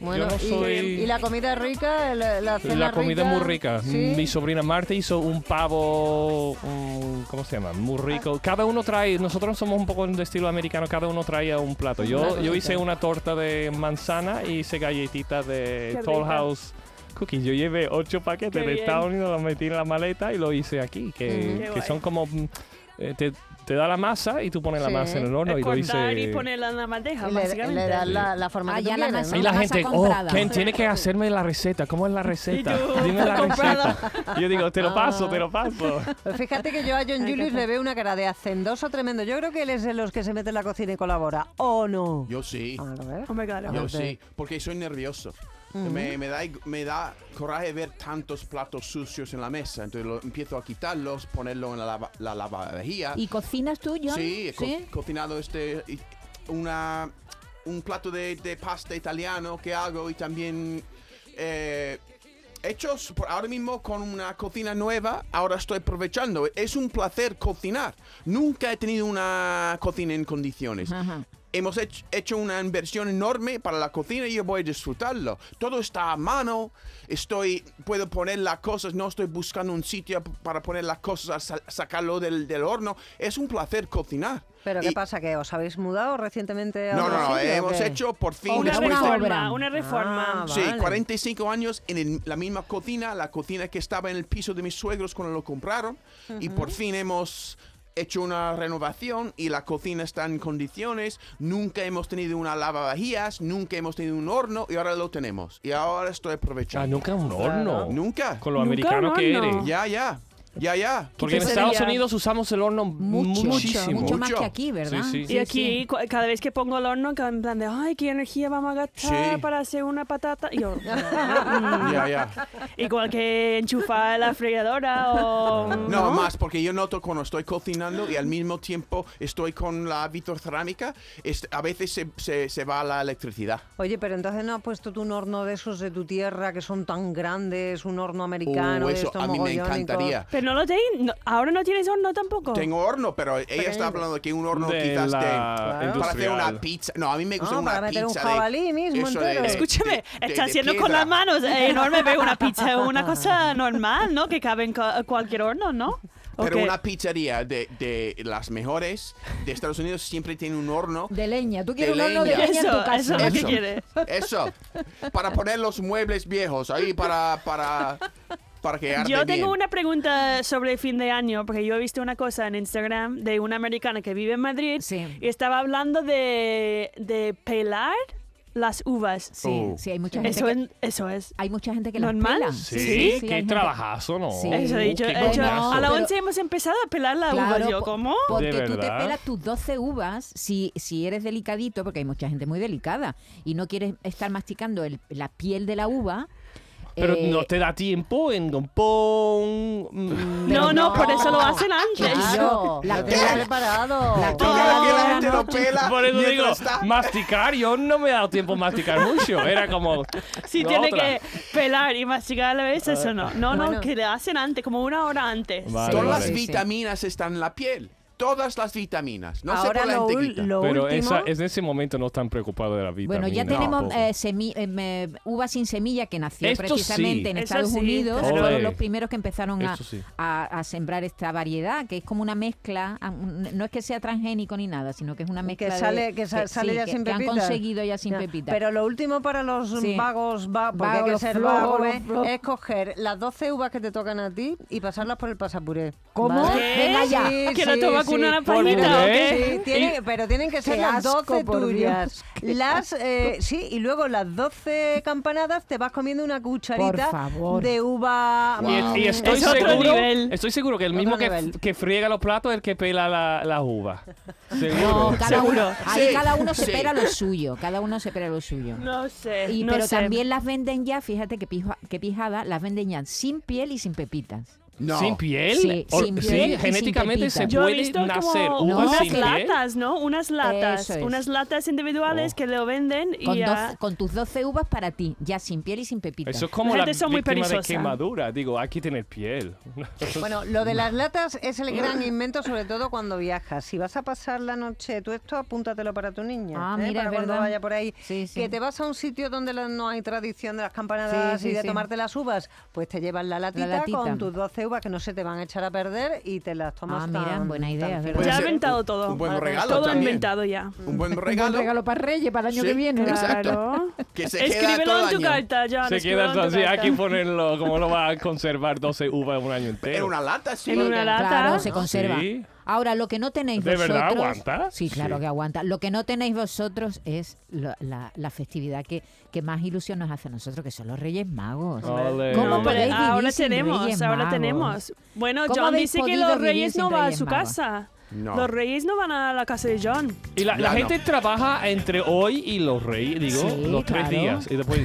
Speaker 2: Bueno,
Speaker 4: no
Speaker 2: y-
Speaker 4: soy-
Speaker 2: y, la comida rica, la, la cena
Speaker 4: La comida
Speaker 2: rica,
Speaker 4: muy rica. Mm,
Speaker 5: mm,
Speaker 2: ¿sí?
Speaker 4: Mi sobrina Marta hizo un pavo, un- ¿cómo se llama? Muy rico. Cada uno trae, nosotros somos un poco de estilo americano, cada uno traía un plato. Yo, yo hice una torta de manzana y hice galletitas de
Speaker 3: Qué
Speaker 4: Toll
Speaker 3: rica.
Speaker 4: House Cookies. Yo llevé ocho paquetes
Speaker 3: Qué
Speaker 4: de
Speaker 3: bien.
Speaker 4: Estados Unidos, los metí en la maleta y lo hice aquí,
Speaker 2: Ujú.
Speaker 4: que,
Speaker 3: Qué
Speaker 4: que
Speaker 3: guay.
Speaker 4: son como... mm, eh, te, te da la masa y tú pones la
Speaker 2: Sí.
Speaker 4: masa en el horno
Speaker 3: es
Speaker 4: y lo
Speaker 3: cortar
Speaker 4: hice...
Speaker 3: y ponerla en la bandeja,
Speaker 2: Y le,
Speaker 3: básicamente.
Speaker 2: le das
Speaker 4: Sí.
Speaker 2: la, la forma
Speaker 6: Ah,
Speaker 2: que tú
Speaker 6: ya la
Speaker 2: quieres,
Speaker 6: masa.
Speaker 4: Y
Speaker 2: ¿no?
Speaker 4: la
Speaker 6: masa
Speaker 4: gente, oh,
Speaker 6: comprada.
Speaker 4: Ken, tiene que hacerme la receta. ¿Cómo es la receta?
Speaker 3: tú,
Speaker 4: Dime la
Speaker 3: comprada.
Speaker 4: receta. Yo digo, te lo paso, te lo paso.
Speaker 2: Pues Fíjate que yo a John Julius le veo una cara de hacendoso tremendo. Yo creo que él es de los que se mete en la cocina y colabora. ¿O no?
Speaker 4: eh.
Speaker 5: Yo sí.
Speaker 2: A ver.
Speaker 3: Oh my God, oh my
Speaker 5: Yo
Speaker 3: God.
Speaker 5: sí, porque soy nervioso. me, me da, me da coraje ver tantos platos sucios en la mesa. Entonces lo, empiezo a quitarlos, ponerlo en la, lava, la lavavajilla.
Speaker 6: ¿Y cocinas tú, John?
Speaker 5: Sí, he co- cocinado este y- una un plato de, de pasta italiano que hago y también eh, hechos por ahora mismo con una cocina nueva. Ahora estoy aprovechando. Es un placer cocinar. Nunca he tenido una cocina en condiciones.
Speaker 6: Ajá.
Speaker 5: Hemos hech- hecho una inversión enorme para la cocina y yo voy a disfrutarlo. Todo está a mano. Estoy, puedo poner las cosas. No estoy buscando un sitio p- para poner las cosas, sa- sacarlo del, del horno. Es un placer cocinar.
Speaker 2: ¿Pero qué
Speaker 5: Y-
Speaker 2: pasa? ¿Que os habéis mudado recientemente a
Speaker 5: No,
Speaker 2: otro
Speaker 5: no, no.
Speaker 2: sitio o
Speaker 5: hemos
Speaker 2: qué?
Speaker 5: hecho por fin.
Speaker 3: Una
Speaker 5: después de-
Speaker 6: reforma.
Speaker 3: reforma, una reforma.
Speaker 2: Ah,
Speaker 5: Sí,
Speaker 2: vale.
Speaker 5: 45 años en el- la misma cocina, la cocina que estaba en el piso de mis suegros cuando lo compraron. Y por fin hemos hecho una renovación y la cocina está en condiciones. Nunca hemos tenido una lavavajillas, nunca hemos tenido un horno y ahora lo tenemos. Y ahora estoy
Speaker 4: Ah,
Speaker 5: aprovechando.
Speaker 4: nunca un horno.
Speaker 5: Nunca.
Speaker 4: Con lo
Speaker 3: Nunca
Speaker 4: americano
Speaker 3: un
Speaker 4: que
Speaker 3: horno.
Speaker 4: eres.
Speaker 5: Ya, ya. Ya, ya.
Speaker 4: Porque en
Speaker 3: Qué
Speaker 4: Estados
Speaker 3: sería.
Speaker 4: Unidos usamos el horno
Speaker 6: Mucho,
Speaker 4: muchísimo.
Speaker 6: mucho más
Speaker 5: Mucho.
Speaker 6: que aquí, ¿verdad?
Speaker 4: Sí, sí.
Speaker 3: Y aquí, cu- cada vez que pongo el horno, ca- en plan de, ay, qué energía vamos a gastar
Speaker 5: Sí.
Speaker 3: para hacer una patata. Y yo,
Speaker 5: Ya,
Speaker 4: Ah.
Speaker 5: ya.
Speaker 3: igual que enchufar la freidora o.
Speaker 5: No, más, porque yo noto cuando estoy cocinando y al mismo tiempo estoy con la vitrocerámica, es- a veces se- se- se va la electricidad.
Speaker 2: Oye, pero entonces no has puesto tú un horno de esos de tu tierra que son tan grandes, un horno americano
Speaker 5: Uh,
Speaker 2: de
Speaker 5: eso
Speaker 2: estos
Speaker 5: a mí me
Speaker 2: mogollónicos?
Speaker 5: encantaría.
Speaker 3: Pero no lo tengo. ahora no tienes horno tampoco.
Speaker 5: Tengo horno, pero ella está hablando de que un horno
Speaker 4: De
Speaker 5: quizás
Speaker 4: la
Speaker 5: de- para hacer
Speaker 4: industrial.
Speaker 5: una pizza. No, a mí me gusta
Speaker 2: No,
Speaker 5: una
Speaker 2: para meter un
Speaker 5: pizza
Speaker 2: jabalí
Speaker 5: de,
Speaker 2: mismo
Speaker 5: eso
Speaker 2: entero.
Speaker 3: Escúchame,
Speaker 5: de- eh, de
Speaker 3: está haciendo con
Speaker 5: piedra.
Speaker 3: las manos eh, enorme, pero una pizza es una cosa normal, ¿no? Que cabe en ca- cualquier horno, ¿no? ¿O
Speaker 5: Pero
Speaker 3: qué?
Speaker 5: una pizzería de, de las mejores de Estados Unidos siempre tiene un horno.
Speaker 6: De leña. Tú quieres
Speaker 5: De
Speaker 6: un horno de
Speaker 5: leña.
Speaker 6: leña en tu
Speaker 3: Eso,
Speaker 6: casa.
Speaker 3: eso es lo que
Speaker 5: Eso.
Speaker 3: quiere.
Speaker 5: Eso. Para poner los muebles viejos ahí para para para que arde
Speaker 3: Yo tengo
Speaker 5: bien.
Speaker 3: una pregunta sobre el fin de año, porque yo he visto una cosa en Instagram de una americana que vive en Madrid
Speaker 6: Sí.
Speaker 3: y estaba hablando de, de pelar las uvas.
Speaker 6: Sí,
Speaker 5: Oh.
Speaker 6: sí, hay mucha gente
Speaker 3: Eso
Speaker 6: que-
Speaker 3: es, eso es.
Speaker 6: Hay mucha gente que las
Speaker 3: ¿Normal?
Speaker 6: pela.
Speaker 4: Sí,
Speaker 6: hay
Speaker 4: qué
Speaker 6: gente-
Speaker 4: trabajazo, ¿no? Uh,
Speaker 6: Sí.
Speaker 3: Eso he dicho.
Speaker 4: Qué
Speaker 3: he dicho,
Speaker 4: coñazo.
Speaker 6: No,
Speaker 3: a la
Speaker 6: Oh, pero-
Speaker 3: 11 hemos empezado a pelar las
Speaker 6: Claro,
Speaker 3: uvas. Yo,
Speaker 6: po-
Speaker 3: ¿cómo?
Speaker 4: ¿De
Speaker 6: Porque tú te
Speaker 4: verdad?
Speaker 6: pelas tus 12 uvas si, si eres delicadito, porque hay mucha gente muy delicada y no quieres estar masticando el- la piel de la uva.
Speaker 4: Pero
Speaker 6: eh,
Speaker 4: no te da tiempo en compón. mm,
Speaker 3: No, no,
Speaker 6: no.
Speaker 3: por eso lo hacen antes.
Speaker 2: Claro,
Speaker 6: La
Speaker 2: lo tenía
Speaker 6: tela-
Speaker 2: preparado.
Speaker 6: la
Speaker 5: Yo
Speaker 6: tela-
Speaker 5: creo que la
Speaker 6: Ah,
Speaker 5: gente lo pela
Speaker 4: Por eso digo,
Speaker 5: mientras está-
Speaker 4: masticar, yo no me he dado tiempo a masticar mucho. Era como.
Speaker 3: Si
Speaker 4: la
Speaker 3: tiene
Speaker 4: otra.
Speaker 3: que pelar y masticar a la vez, eso no. No, no,
Speaker 2: Bueno.
Speaker 3: que le hacen antes, como una hora antes.
Speaker 4: Vale,
Speaker 5: Todas
Speaker 4: vale.
Speaker 5: las
Speaker 6: Sí, sí.
Speaker 5: vitaminas están en la piel. todas las vitaminas. No sé
Speaker 2: Ahora
Speaker 5: por la
Speaker 2: lo, ul-
Speaker 5: enterita.
Speaker 2: lo
Speaker 4: Pero
Speaker 2: último.
Speaker 4: esa, en ese momento no están preocupados de la vida.
Speaker 6: Bueno, ya tenemos eh, semi- em, eh, uva sin semilla que nació
Speaker 4: Esto
Speaker 6: precisamente
Speaker 4: sí.
Speaker 6: en
Speaker 3: Eso
Speaker 6: Estados
Speaker 3: sí,
Speaker 6: Unidos.
Speaker 4: claro.
Speaker 6: Fueron
Speaker 4: Ole.
Speaker 6: los primeros que empezaron a,
Speaker 4: Eso sí.
Speaker 6: a- a sembrar esta variedad, que es como una mezcla. a- un- No es que sea transgénico ni nada, sino que es una mezcla.
Speaker 2: que
Speaker 6: de-
Speaker 2: sale, que sa-
Speaker 6: sí,
Speaker 2: sale ya
Speaker 6: que-
Speaker 2: sin
Speaker 6: que han
Speaker 2: pepita.
Speaker 6: conseguido ya sin
Speaker 2: Ya.
Speaker 6: pepita.
Speaker 2: Pero lo último para los
Speaker 6: Sí.
Speaker 2: vagos, va- porque hay que
Speaker 6: Vagos,
Speaker 2: ser
Speaker 6: flojos,
Speaker 2: vago,
Speaker 6: los
Speaker 2: ¿eh?
Speaker 6: flojos.
Speaker 2: es coger las 12 uvas que te tocan a ti y pasarlas por el pasapuré.
Speaker 6: ¿Cómo?
Speaker 3: ¿Qué?
Speaker 6: Venga ya.
Speaker 2: Sí,
Speaker 3: ¿Que no
Speaker 2: sí,
Speaker 3: te vacunan
Speaker 2: sí.
Speaker 3: a pañita o
Speaker 4: qué?
Speaker 2: Sí, tiene- pero tienen que ser
Speaker 6: Qué
Speaker 2: las
Speaker 6: asco,
Speaker 2: 12
Speaker 6: por
Speaker 2: tuyas. Las, eh, sí, y luego las 12 campanadas te vas comiendo una
Speaker 6: Por
Speaker 2: cucharita
Speaker 6: favor.
Speaker 2: de uva.
Speaker 4: Y, el-
Speaker 6: eh,
Speaker 4: y
Speaker 2: mm,
Speaker 4: estoy,
Speaker 3: Es otro
Speaker 4: seguro,
Speaker 3: nivel.
Speaker 4: estoy seguro que el
Speaker 2: Otro
Speaker 4: mismo que,
Speaker 2: nivel.
Speaker 4: que friega los platos es el que pela la- las uvas.
Speaker 6: No,
Speaker 4: Seguro.
Speaker 6: cada uno,
Speaker 3: Seguro.
Speaker 6: ahí
Speaker 5: Sí,
Speaker 6: cada uno se
Speaker 5: sí.
Speaker 6: espera lo suyo. Cada uno se espera lo suyo.
Speaker 3: No sé.
Speaker 6: Y,
Speaker 3: no
Speaker 6: pero
Speaker 3: sé.
Speaker 6: también las venden ya, fíjate que, pija- que pijada, las venden ya sin piel y sin pepitas.
Speaker 5: No.
Speaker 4: ¿Sin piel?
Speaker 6: Sí,
Speaker 4: O-
Speaker 6: sin
Speaker 4: sí,
Speaker 6: piel y sin
Speaker 4: genéticamente se
Speaker 6: pepita.
Speaker 3: Yo he
Speaker 4: puede
Speaker 3: visto
Speaker 4: nacer
Speaker 3: como
Speaker 4: uva
Speaker 6: No,
Speaker 3: unas
Speaker 4: sin piel.
Speaker 3: latas, ¿no? Unas latas.
Speaker 6: Eso es.
Speaker 3: Unas latas individuales
Speaker 4: Oh.
Speaker 3: que lo venden y
Speaker 6: Con,
Speaker 3: ya.
Speaker 6: doce- con tus 12 uvas para ti, ya sin piel y sin pepitas.
Speaker 4: Eso es como
Speaker 3: La
Speaker 4: la
Speaker 3: gente son muy
Speaker 4: víctima de
Speaker 3: perezosa.
Speaker 4: quemadura. Digo, hay que tener piel.
Speaker 2: Bueno, lo de las latas es el gran invento, sobre todo cuando viajas. Si vas a pasar la noche, tú esto apúntatelo para tu niña,
Speaker 6: Ah,
Speaker 2: ¿eh?
Speaker 6: mira,
Speaker 2: para
Speaker 6: es
Speaker 2: cuando
Speaker 6: verdad.
Speaker 2: vaya por ahí.
Speaker 6: Sí, sí.
Speaker 2: Que te vas a un sitio donde la- no hay tradición de las campanadas
Speaker 6: Sí, sí,
Speaker 2: y de
Speaker 6: sí.
Speaker 2: tomarte las uvas, pues te llevas la latita,
Speaker 6: latita.
Speaker 2: con tus 12 uvas que no se te van a echar a perder y te las tomas
Speaker 6: Ah, mira,
Speaker 2: tan-
Speaker 6: buena
Speaker 2: tan
Speaker 6: idea,
Speaker 2: fino.
Speaker 6: ¿verdad?
Speaker 5: Puede
Speaker 3: Ya ha
Speaker 5: ser
Speaker 3: inventado
Speaker 5: un-
Speaker 3: todo.
Speaker 5: Un buen regalo
Speaker 3: Todo
Speaker 5: también.
Speaker 3: inventado ya.
Speaker 5: Un buen
Speaker 6: Un buen
Speaker 5: regalo.
Speaker 6: regalo para Reyes, para el año
Speaker 5: Sí,
Speaker 6: que viene. ¿no?
Speaker 5: exacto.
Speaker 3: Claro.
Speaker 5: Que se queda
Speaker 3: Escríbelo
Speaker 5: todo
Speaker 3: en tu
Speaker 5: año.
Speaker 3: carta, John.
Speaker 4: se
Speaker 3: escríbelo
Speaker 4: queda
Speaker 3: en tu
Speaker 4: así. Hay
Speaker 3: carta.
Speaker 4: que ponerlo. ¿Cómo lo va a conservar 12 uvas un año
Speaker 5: Era
Speaker 4: entero?
Speaker 5: una lata, sí.
Speaker 3: En una lata.
Speaker 6: Claro, se conserva.
Speaker 4: Sí.
Speaker 6: Ahora, lo que no tenéis
Speaker 4: ¿De
Speaker 6: vosotros...
Speaker 4: verdad aguanta?
Speaker 6: Sí, claro
Speaker 4: Sí.
Speaker 6: que aguanta. Lo que no tenéis vosotros es la, la- la festividad que, que más ilusión nos hace a nosotros, que son los Reyes Magos.
Speaker 4: Ole.
Speaker 6: ¿Cómo
Speaker 3: No, pero
Speaker 6: podéis vivir
Speaker 3: ahora
Speaker 6: sin
Speaker 3: tenemos,
Speaker 6: Reyes
Speaker 3: ahora
Speaker 6: Magos?
Speaker 3: tenemos. Bueno,
Speaker 6: ¿Cómo
Speaker 3: John
Speaker 6: habéis
Speaker 3: dice que
Speaker 6: podido
Speaker 3: los
Speaker 6: vivir
Speaker 3: reyes
Speaker 6: sin
Speaker 3: no van a
Speaker 6: Reyes
Speaker 3: su
Speaker 6: Magos?
Speaker 3: casa.
Speaker 5: No.
Speaker 3: Los reyes no van a la casa de John.
Speaker 4: Y la, la
Speaker 5: Ya no.
Speaker 4: gente trabaja entre hoy y los reyes, digo,
Speaker 6: Sí,
Speaker 4: los tres
Speaker 6: claro.
Speaker 4: días. Y después,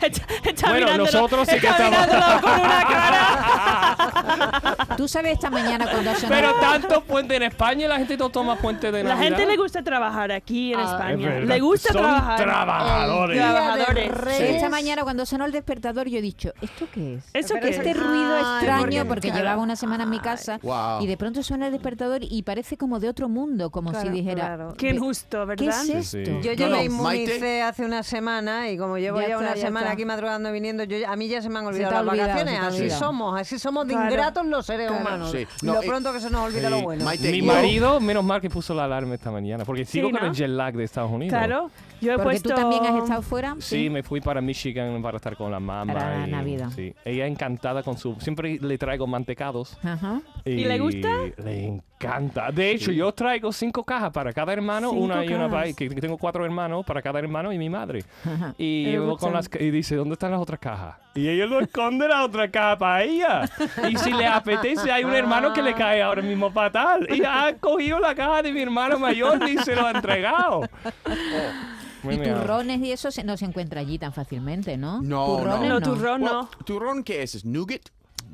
Speaker 3: Está- está
Speaker 4: Bueno,
Speaker 3: mirándolo-
Speaker 4: nosotros sí que
Speaker 3: está
Speaker 4: estamos-
Speaker 3: mirándolo con una cara.
Speaker 6: Tú sabes esta mañana cuando ha sonado-
Speaker 4: pero tanto puente en España, la gente no toma puente de
Speaker 3: La
Speaker 4: Navidad.
Speaker 3: gente le gusta trabajar aquí en
Speaker 2: Ah,
Speaker 4: Es
Speaker 3: España.
Speaker 4: verdad,
Speaker 3: Le gusta
Speaker 4: son
Speaker 3: trabajar.
Speaker 4: trabajadores.
Speaker 2: Día de
Speaker 3: Trabajadores.
Speaker 6: Sí,
Speaker 2: Reyes.
Speaker 6: Esta mañana cuando sonó el despertador yo he dicho, ¿esto qué es?
Speaker 3: Eso
Speaker 2: Pero
Speaker 3: que
Speaker 2: ese
Speaker 6: Este ruido
Speaker 2: Ay,
Speaker 6: extraño
Speaker 2: porque-
Speaker 6: porque
Speaker 2: claro.
Speaker 6: llevaba una semana en mi casa
Speaker 5: Wow.
Speaker 6: y de pronto suena el despertador y parece como de otro mundo, como si
Speaker 2: Claro,
Speaker 6: dijera,
Speaker 2: claro.
Speaker 3: Qué injusto,
Speaker 6: ¿qué
Speaker 3: ¿verdad?
Speaker 6: es
Speaker 4: Sí,
Speaker 6: esto?
Speaker 4: sí.
Speaker 2: Yo ya
Speaker 5: Claro,
Speaker 2: me
Speaker 5: Maite.
Speaker 2: inmunicé hace una semana y como llevo
Speaker 6: Ya
Speaker 2: ya, una
Speaker 6: está, ya
Speaker 2: semana
Speaker 6: está.
Speaker 2: aquí madrugando y viniendo, yo, ya- a mí ya se me han
Speaker 6: te
Speaker 2: olvidado
Speaker 6: ha
Speaker 2: las
Speaker 6: olvidado,
Speaker 2: vacaciones.
Speaker 6: se te ha
Speaker 2: Así
Speaker 6: olvidado.
Speaker 2: somos, así somos de
Speaker 3: Claro.
Speaker 2: ingratos los seres humanos.
Speaker 5: Sí. No,
Speaker 2: lo
Speaker 5: eh,
Speaker 2: pronto que se nos olvida lo
Speaker 4: sí.
Speaker 2: bueno.
Speaker 5: Maite,
Speaker 4: Mi
Speaker 5: yo-
Speaker 4: marido, menos mal que puso la alarma esta mañana, porque sigo con
Speaker 3: ¿no?
Speaker 4: el jet lag de Estados Unidos.
Speaker 3: Claro. Yo he
Speaker 6: Porque
Speaker 3: puesto.
Speaker 6: tú también has estado fuera.
Speaker 4: Sí, me fui para Michigan para estar con la mamá.
Speaker 6: Para la
Speaker 4: y-
Speaker 6: Navidad.
Speaker 4: Sí. Ella encantada con su... Siempre le traigo mantecados.
Speaker 6: Ajá.
Speaker 3: ¿Y le gusta?
Speaker 4: Le encanta. De hecho, yo traigo cinco cajas para cada hermano,
Speaker 3: Cinco
Speaker 4: una y una para
Speaker 3: cajas.
Speaker 4: que que tengo cuatro hermanos para cada hermano y mi madre.
Speaker 6: Ajá.
Speaker 4: Y
Speaker 3: Le
Speaker 4: llevo con
Speaker 3: gustan.
Speaker 4: las ca- y dice, ¿dónde están las otras cajas? Y ellos lo esconden la otra caja para ella. Y si le apetece, hay un hermano
Speaker 3: Ah.
Speaker 4: que le cae ahora mismo fatal. Y ha cogido la caja de mi hermano mayor y se lo ha entregado. Muy
Speaker 6: Y
Speaker 4: meado.
Speaker 6: turrones y eso se- no se encuentra allí tan fácilmente, ¿no?
Speaker 5: No,
Speaker 6: turrones,
Speaker 3: No, turrón
Speaker 5: Bueno,
Speaker 3: no.
Speaker 5: ¿Turrón qué es? ¿Es nugget?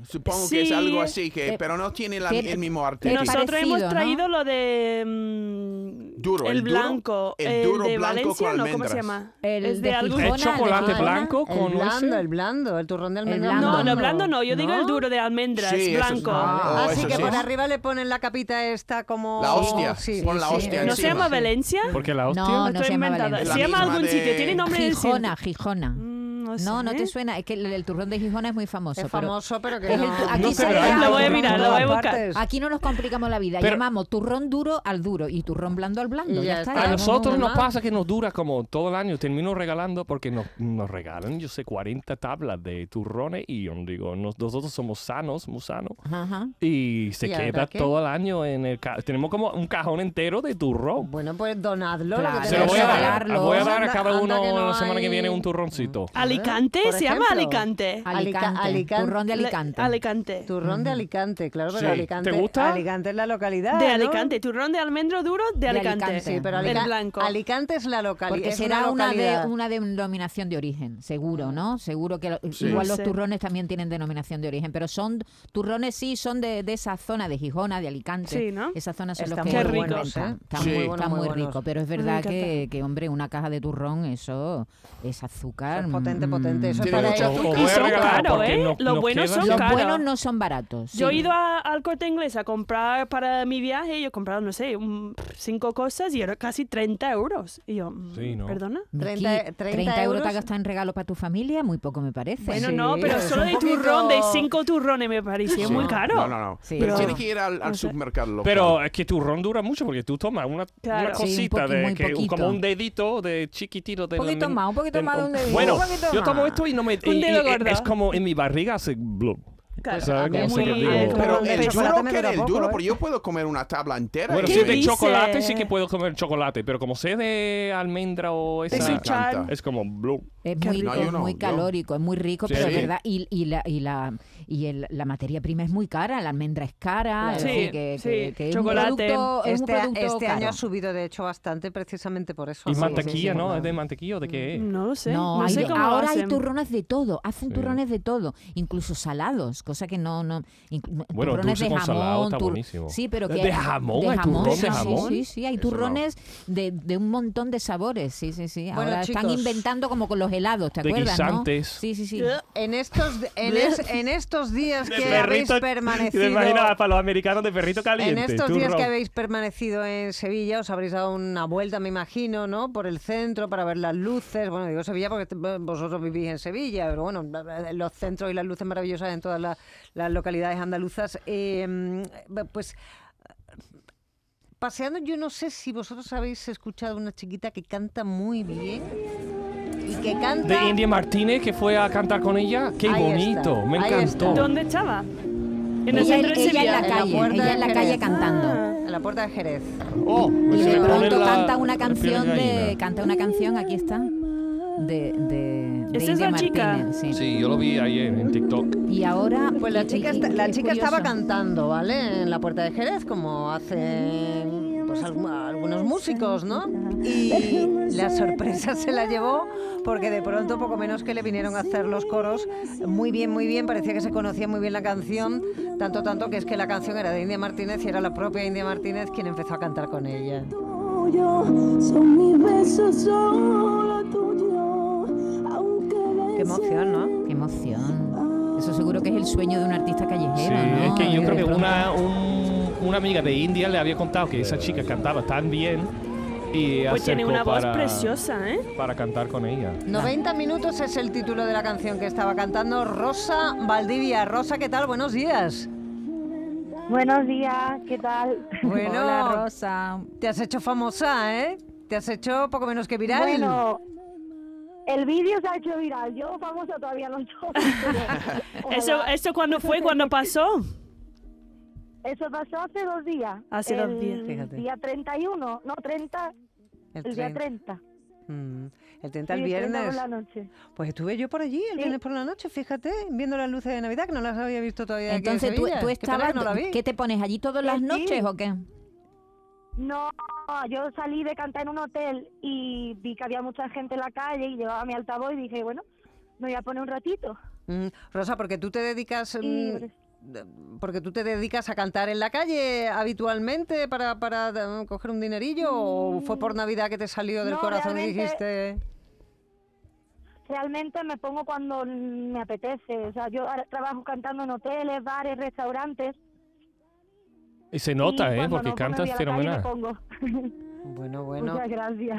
Speaker 5: Supongo que es
Speaker 3: Sí.
Speaker 5: algo así, que,
Speaker 6: Eh,
Speaker 5: pero no tiene la-
Speaker 6: tiene-
Speaker 5: el mismo arte.
Speaker 6: tiene-
Speaker 3: Mm, Nosotros
Speaker 6: parecido,
Speaker 3: hemos
Speaker 6: ¿no?
Speaker 3: traído lo de. mm,
Speaker 5: Duro,
Speaker 3: El
Speaker 5: el duro,
Speaker 3: blanco.
Speaker 5: el duro
Speaker 3: de
Speaker 5: blanco
Speaker 3: Valencia,
Speaker 5: con
Speaker 3: ¿no? ¿Cómo se
Speaker 5: almendras.
Speaker 3: llama?
Speaker 6: El
Speaker 3: es
Speaker 6: de
Speaker 3: de algo.
Speaker 6: Gijón.
Speaker 4: ¿Es
Speaker 6: Gijona,
Speaker 4: chocolate
Speaker 6: Gijona,
Speaker 4: blanco
Speaker 6: el
Speaker 4: con
Speaker 2: el blando,
Speaker 4: dulce?
Speaker 2: el blando, el turrón de
Speaker 6: El
Speaker 2: almendras.
Speaker 6: blando.
Speaker 3: No,
Speaker 6: no.
Speaker 3: no, blando no. Yo digo el duro de almendras,
Speaker 5: Sí, eso es-
Speaker 3: blanco.
Speaker 5: Ah,
Speaker 6: Oh,
Speaker 2: Así
Speaker 5: eso
Speaker 2: que
Speaker 5: sí
Speaker 2: por
Speaker 5: es.
Speaker 2: arriba le ponen la capita esta como...
Speaker 5: La hostia.
Speaker 2: Sí,
Speaker 5: Pon la
Speaker 6: sí.
Speaker 5: hostia.
Speaker 3: ¿No se
Speaker 5: encima.
Speaker 3: llama Valencia?
Speaker 4: Porque la hostia...
Speaker 6: No,
Speaker 3: Me
Speaker 6: no
Speaker 3: estoy
Speaker 6: se llama
Speaker 3: inventada.
Speaker 6: Valencia.
Speaker 3: Se
Speaker 5: La
Speaker 3: llama
Speaker 5: misma
Speaker 3: algún
Speaker 5: de-
Speaker 3: sitio, tiene nombre de sitio.
Speaker 6: Gijona, Gijona.
Speaker 3: Mm, No, sé.
Speaker 6: No, no te suena. Es que el, el turrón de Gijona es muy famoso.
Speaker 2: Es
Speaker 6: pero-
Speaker 2: famoso, pero que
Speaker 6: Es el-
Speaker 2: no...
Speaker 6: aquí
Speaker 4: No se
Speaker 6: se
Speaker 4: ve.
Speaker 6: llama
Speaker 3: Lo voy a
Speaker 6: turrón
Speaker 3: mirar, lo
Speaker 6: duro.
Speaker 3: voy a
Speaker 2: Todas
Speaker 3: buscar. Ah,
Speaker 2: partes.
Speaker 6: Aquí no nos complicamos la vida.
Speaker 4: Pero-
Speaker 6: Llamamos turrón duro al duro y turrón blando al blando.
Speaker 2: Y
Speaker 6: Ya,
Speaker 2: ya
Speaker 6: está.
Speaker 2: está.
Speaker 4: A
Speaker 2: Claro,
Speaker 4: nosotros
Speaker 2: no,
Speaker 4: nos
Speaker 2: no.
Speaker 4: pasa que nos dura como todo el año. Termino regalando porque nos, nos regalan, yo sé, 40 tablas de turrones y yo digo, nos- nosotros somos sanos, muy sanos.
Speaker 6: Ajá.
Speaker 4: Y se
Speaker 2: ¿Y ahora
Speaker 4: queda
Speaker 2: qué?
Speaker 4: todo el año en el... ca- Tenemos como un cajón entero de turrón.
Speaker 2: Bueno, pues donadlo.
Speaker 6: Claro.
Speaker 2: lo que
Speaker 4: Se lo voy a dar.
Speaker 6: regalarlo.
Speaker 4: Voy a dar a
Speaker 2: Anda-
Speaker 4: cada
Speaker 2: anda
Speaker 4: uno
Speaker 2: que no
Speaker 4: la semana que
Speaker 2: hay- Mm.
Speaker 4: viene un turroncito.
Speaker 3: Alicante,
Speaker 2: Por
Speaker 3: se llama
Speaker 2: ejemplo.
Speaker 3: Alicante.
Speaker 6: Alicante.
Speaker 2: Alicante.
Speaker 6: Turrón de
Speaker 3: Le-
Speaker 6: Alicante.
Speaker 3: Alicante.
Speaker 2: Turrón de Alicante, claro, pero
Speaker 4: Sí.
Speaker 2: Alicante.
Speaker 4: ¿Te gusta?
Speaker 2: Alicante es la localidad.
Speaker 3: De
Speaker 2: Ah, ¿no?
Speaker 3: Alicante, turrón de almendro duro de Alicante.
Speaker 6: Alicante.
Speaker 2: Sí, pero
Speaker 6: Ajá.
Speaker 2: Alica-
Speaker 3: El blanco.
Speaker 2: Alicante es la localidad.
Speaker 6: Porque
Speaker 2: es
Speaker 6: será
Speaker 2: una,
Speaker 6: una, de,
Speaker 2: localidad.
Speaker 6: una denominación de origen, seguro, ¿no? Seguro que lo-
Speaker 5: Sí.
Speaker 6: igual
Speaker 3: No
Speaker 6: los
Speaker 3: sé.
Speaker 6: turrones también tienen denominación de origen, pero son turrones sí, son de, de esa zona de Gijona, de Alicante.
Speaker 3: Sí, ¿no?
Speaker 6: Esa zona son
Speaker 2: Están
Speaker 6: los
Speaker 3: muy
Speaker 6: que lo
Speaker 3: buenos,
Speaker 6: inventan.
Speaker 2: ¿eh?
Speaker 6: Están
Speaker 5: Sí.
Speaker 6: muy,
Speaker 5: Muy
Speaker 6: están
Speaker 2: buenos,
Speaker 6: muy
Speaker 2: muy buenos.
Speaker 6: ricos, pero es
Speaker 3: Me
Speaker 6: verdad
Speaker 3: encanta.
Speaker 6: que, que, hombre, una caja de turrón, eso es azúcar.
Speaker 2: Eso es potente,
Speaker 6: mm,
Speaker 2: potente. Eso es
Speaker 5: Tiene
Speaker 2: para
Speaker 5: mucho
Speaker 2: ellos.
Speaker 5: azúcar.
Speaker 4: os
Speaker 5: Y
Speaker 4: voy a
Speaker 3: son
Speaker 4: regalar
Speaker 3: caros,
Speaker 4: porque
Speaker 3: ¿eh?
Speaker 4: no-
Speaker 3: Los
Speaker 4: nos
Speaker 3: buenos
Speaker 4: quedan-
Speaker 3: son
Speaker 6: Los
Speaker 3: Claro.
Speaker 6: buenos no son baratos.
Speaker 3: Yo he
Speaker 6: sí.
Speaker 3: ido a- al corte inglés a comprar para mi viaje y yo he comprado, no sé, un- cinco cosas y era casi 30 euros. Y yo, mm,
Speaker 4: Sí, ¿no?
Speaker 3: ¿perdona?
Speaker 6: Miki,
Speaker 2: 30
Speaker 6: 30 euros te
Speaker 2: euros.
Speaker 6: has gastado en regalo para tu familia, muy poco me parece.
Speaker 3: Bueno,
Speaker 2: Sí,
Speaker 3: no, pero
Speaker 2: es
Speaker 3: solo
Speaker 2: un
Speaker 3: de
Speaker 2: poquito-
Speaker 3: turrón, de cinco turrones me parecía
Speaker 5: Sí.
Speaker 3: muy caro.
Speaker 5: No, no, no.
Speaker 2: Sí,
Speaker 5: Pero
Speaker 3: no.
Speaker 5: tiene que ir al, al supermercado. local.
Speaker 4: Pero es que tu ron dura mucho porque tú tomas una,
Speaker 3: Claro.
Speaker 4: una
Speaker 3: Sí,
Speaker 6: un
Speaker 4: cosita
Speaker 6: poqui-
Speaker 4: de
Speaker 6: muy
Speaker 4: que-
Speaker 6: poquito.
Speaker 4: como un dedito de chiquitito de
Speaker 6: Un poquito
Speaker 4: del-
Speaker 6: más, un poquito
Speaker 4: del-
Speaker 6: más de un dedito,
Speaker 4: Bueno,
Speaker 6: un poquito
Speaker 4: yo tomo
Speaker 6: más.
Speaker 4: esto y no me
Speaker 3: Un
Speaker 4: y- y-
Speaker 3: dedo
Speaker 4: es-
Speaker 3: gordo.
Speaker 4: es como en mi barriga hace blum.
Speaker 3: Claro,
Speaker 4: ¿Sabes
Speaker 6: a mí
Speaker 4: cómo
Speaker 6: eso
Speaker 4: se
Speaker 6: me-
Speaker 4: digo?
Speaker 3: eh, como
Speaker 5: Pero
Speaker 3: un
Speaker 5: el
Speaker 2: de
Speaker 3: pecho-
Speaker 5: duro,
Speaker 2: chocolate me
Speaker 5: que
Speaker 2: dura
Speaker 5: el
Speaker 2: poco,
Speaker 5: duro,
Speaker 2: ¿eh?
Speaker 5: porque yo puedo comer una tabla entera.
Speaker 4: Bueno,
Speaker 5: y-
Speaker 3: ¿Qué
Speaker 4: si es de
Speaker 3: dice?
Speaker 4: chocolate sí que puedo comer chocolate, pero como sea de almendra o
Speaker 3: de
Speaker 5: Me
Speaker 4: esa
Speaker 3: Sichuan.
Speaker 5: encanta.
Speaker 4: es como blum.
Speaker 6: Es
Speaker 3: Qué
Speaker 6: muy,
Speaker 3: rico.
Speaker 6: es
Speaker 5: No, yo no,
Speaker 6: muy
Speaker 5: yo-
Speaker 6: calórico, es muy rico,
Speaker 4: Sí,
Speaker 6: pero
Speaker 5: sí.
Speaker 6: es verdad. Y, y la, y, la, y el- la materia prima es muy cara, la almendra es cara. es
Speaker 3: Sí,
Speaker 6: decir, que,
Speaker 3: sí.
Speaker 6: que- que es
Speaker 3: Chocolate.
Speaker 6: un producto, es un
Speaker 2: Este,
Speaker 6: producto
Speaker 2: este
Speaker 6: caro.
Speaker 2: año ha subido, de hecho, bastante precisamente por eso. Sí, sí,
Speaker 4: Y
Speaker 2: sí,
Speaker 4: mantequilla, ¿no?
Speaker 2: claro.
Speaker 4: ¿Es de mantequilla o de qué es?
Speaker 3: No lo sé. No,
Speaker 6: No, hay
Speaker 3: sé
Speaker 6: de-
Speaker 3: cómo lo
Speaker 6: ahora hay
Speaker 3: hacen.
Speaker 6: turrones de todo, hacen
Speaker 4: Sí.
Speaker 6: turrones de todo, incluso salados, cosa que no, no, inc-
Speaker 4: Bueno,
Speaker 6: turrones
Speaker 4: dulce
Speaker 6: de
Speaker 4: con
Speaker 6: jamón,
Speaker 4: salado está buenísimo.
Speaker 6: sí, pero que
Speaker 4: ¿De jamón?
Speaker 6: de
Speaker 4: ¿Hay turrón de
Speaker 6: sí, sí,
Speaker 4: jamón?
Speaker 6: sí, sí, hay
Speaker 5: Eso no.
Speaker 6: turrones de, de un montón de sabores, sí, sí, sí.
Speaker 2: Bueno,
Speaker 6: ahora están
Speaker 2: chicos.
Speaker 6: inventando como con los helados, ¿te
Speaker 4: De
Speaker 6: acuerdas? no?
Speaker 4: guisantes.
Speaker 6: Sí, sí, sí.
Speaker 3: Ah.
Speaker 2: En estos, en, es- en estos días que habéis permanecido...
Speaker 4: ¿Te imaginas para los americanos de perrito
Speaker 2: En
Speaker 4: caliente?
Speaker 2: estos
Speaker 4: turrón.
Speaker 2: días que habéis permanecido en Sevilla, os habréis dado una vuelta, me imagino, ¿no? Por el centro para ver las luces. Bueno, digo Sevilla porque te- vosotros vivís en Sevilla, pero bueno, los centros y las luces maravillosas en todas las, las localidades andaluzas. Eh, pues paseando, yo no sé si vosotros habéis escuchado una chiquita que canta muy bien y que canta.
Speaker 4: De India Martínez que fue a cantar con ella. ¡Qué
Speaker 2: Ahí
Speaker 4: bonito!
Speaker 2: está,
Speaker 4: Me
Speaker 2: ahí
Speaker 4: encantó.
Speaker 2: está.
Speaker 3: ¿Dónde estaba? En el
Speaker 6: Ella,
Speaker 3: centro de
Speaker 6: ella en
Speaker 3: Sevilla.
Speaker 6: la
Speaker 2: En la
Speaker 6: calle,
Speaker 2: puerta
Speaker 6: ella en
Speaker 2: de
Speaker 6: la calle
Speaker 2: Jerez.
Speaker 6: cantando.
Speaker 2: en la puerta de Jerez.
Speaker 4: Oh, me
Speaker 6: Y
Speaker 4: se
Speaker 6: de
Speaker 4: me pone
Speaker 6: pronto
Speaker 4: la-
Speaker 6: canta una
Speaker 4: la piel
Speaker 6: canción de,
Speaker 4: gallina.
Speaker 6: canta una canción, aquí está, de, de, de
Speaker 3: Esa es
Speaker 6: India
Speaker 3: la chica.
Speaker 6: Martínez, sí.
Speaker 4: Sí, yo lo vi ayer en TikTok.
Speaker 6: Y ahora.
Speaker 2: Pues la
Speaker 6: y-
Speaker 2: chica,
Speaker 6: y-
Speaker 2: esta-
Speaker 6: y-
Speaker 2: la
Speaker 6: es
Speaker 2: chica estaba
Speaker 6: curioso.
Speaker 2: cantando, ¿vale? En la puerta de Jerez, como hacen pues, algu- algunos músicos, ¿no? Y la sorpresa se la llevó porque de pronto, poco menos que le vinieron a hacer los coros muy bien, muy bien. Parecía que se conocía muy bien la canción, tanto, tanto que es que la canción era de India Martínez y era la propia India Martínez quien empezó a cantar con ella.
Speaker 7: tuyo, son mis besos solo tuyo, aunque
Speaker 2: Qué emoción, ¿no?
Speaker 6: Qué emoción. Eso seguro que es el sueño de un artista
Speaker 4: Sí,
Speaker 6: callejero. ¿no?
Speaker 4: es que yo
Speaker 6: De
Speaker 4: creo que
Speaker 6: pronto-
Speaker 4: una, un- una amiga de India le había contado que esa chica cantaba tan bien y
Speaker 3: Pues tiene
Speaker 4: acercó
Speaker 3: una voz
Speaker 4: para-
Speaker 3: preciosa, ¿eh?
Speaker 4: para cantar con ella.
Speaker 2: 90 minutos es el título de la canción que estaba cantando Rosa Valdivia. Rosa, ¿qué tal? Buenos días.
Speaker 8: Buenos días, ¿qué tal?
Speaker 2: Bueno,
Speaker 6: Hola, Rosa.
Speaker 2: Te has hecho famosa, ¿eh? Te has hecho poco menos que viral.
Speaker 8: Bueno, el vídeo se ha hecho viral. Yo famoso todavía no soy. pero
Speaker 3: Eso,
Speaker 8: ojalá.
Speaker 3: ¿Esto cuándo fue? ¿Cuándo pasó?
Speaker 8: Eso pasó hace dos días.
Speaker 3: Hace
Speaker 8: el
Speaker 3: dos días.
Speaker 2: Fíjate.
Speaker 8: Día 31, no 30, el, día
Speaker 2: 30.
Speaker 8: 30.
Speaker 2: Mm, el 30 el
Speaker 8: Sí, 30 por
Speaker 2: viernes.
Speaker 8: la noche.
Speaker 2: Pues estuve yo por allí el
Speaker 8: Sí.
Speaker 2: viernes por la noche, fíjate, viendo las luces de Navidad, que no las había visto todavía. aquí en
Speaker 6: Entonces, tú,
Speaker 2: Sevilla.
Speaker 6: tú
Speaker 2: Qué pena
Speaker 6: estabas.
Speaker 2: que no la vi.
Speaker 6: ¿Qué te pones allí todas las
Speaker 8: Sí.
Speaker 6: noches o qué?
Speaker 8: No, yo salí de cantar en un hotel y vi que había mucha gente en la calle y llevaba mi altavoz y dije, bueno, me voy a poner un ratito.
Speaker 2: Mm, Rosa, porque tú te dedicas.
Speaker 8: Y
Speaker 2: mm, de- porque tú te dedicas a cantar en la calle habitualmente para, para mm, coger un dinerillo o fue por Navidad que te salió del
Speaker 8: Mm. No,
Speaker 2: corazón y
Speaker 8: realmente-
Speaker 2: dijiste...
Speaker 8: realmente me pongo cuando me apetece. O sea, yo ahora trabajo cantando en hoteles, bares, restaurantes.
Speaker 4: Y se nota,
Speaker 8: Y
Speaker 4: ¿eh?
Speaker 8: cuando
Speaker 4: Porque
Speaker 8: no, cuando voy
Speaker 4: cantas
Speaker 8: a la calle me
Speaker 4: fenomenal.
Speaker 8: pongo. Pues
Speaker 2: Bueno, bueno.
Speaker 8: Muchas gracias.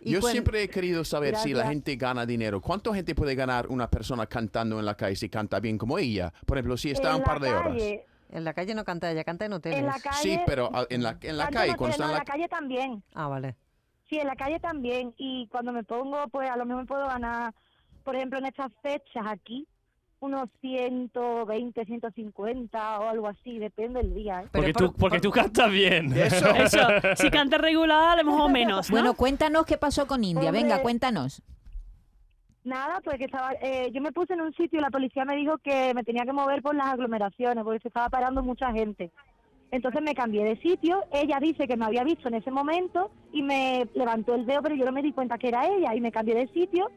Speaker 2: Y
Speaker 5: Yo
Speaker 2: cuen-
Speaker 5: siempre he querido saber si la
Speaker 8: Gracias.
Speaker 5: gente gana dinero. ¿Cuánto gente puede ganar una persona cantando en la calle si canta bien como ella? Por ejemplo, si está
Speaker 8: En
Speaker 5: un
Speaker 8: la
Speaker 5: par de horas.
Speaker 8: calle,
Speaker 2: En la calle no canta ella, canta en hoteles.
Speaker 8: En la calle.
Speaker 5: Sí, pero ah, en la, en la
Speaker 8: Tanto
Speaker 5: calle,
Speaker 8: no
Speaker 5: cuando
Speaker 8: sé,
Speaker 5: está
Speaker 8: no,
Speaker 5: en
Speaker 8: en
Speaker 5: la
Speaker 8: la calle también.
Speaker 2: Ah, vale.
Speaker 8: Sí, en la calle también. Y cuando me pongo, pues a lo mejor me puedo ganar, por ejemplo, en estas fechas aquí, unos 120, 150 o algo así, depende del día. ¿eh?
Speaker 2: Pero
Speaker 4: Porque,
Speaker 2: por-
Speaker 4: tú, porque
Speaker 2: por-
Speaker 4: tú cantas bien.
Speaker 5: Eso.
Speaker 3: Eso, si canta regular, a lo mejor menos, ¿no?
Speaker 6: Bueno, cuéntanos qué pasó con India. Venga,
Speaker 8: Hombre.
Speaker 6: cuéntanos.
Speaker 8: Nada, pues que estaba, eh, yo me puse en un sitio y la policía me dijo que me tenía que mover por las aglomeraciones porque se estaba parando mucha gente. Entonces me cambié de sitio, ella dice que me había visto en ese momento y me levantó el dedo, pero yo no me di cuenta que era ella y me cambié de sitio,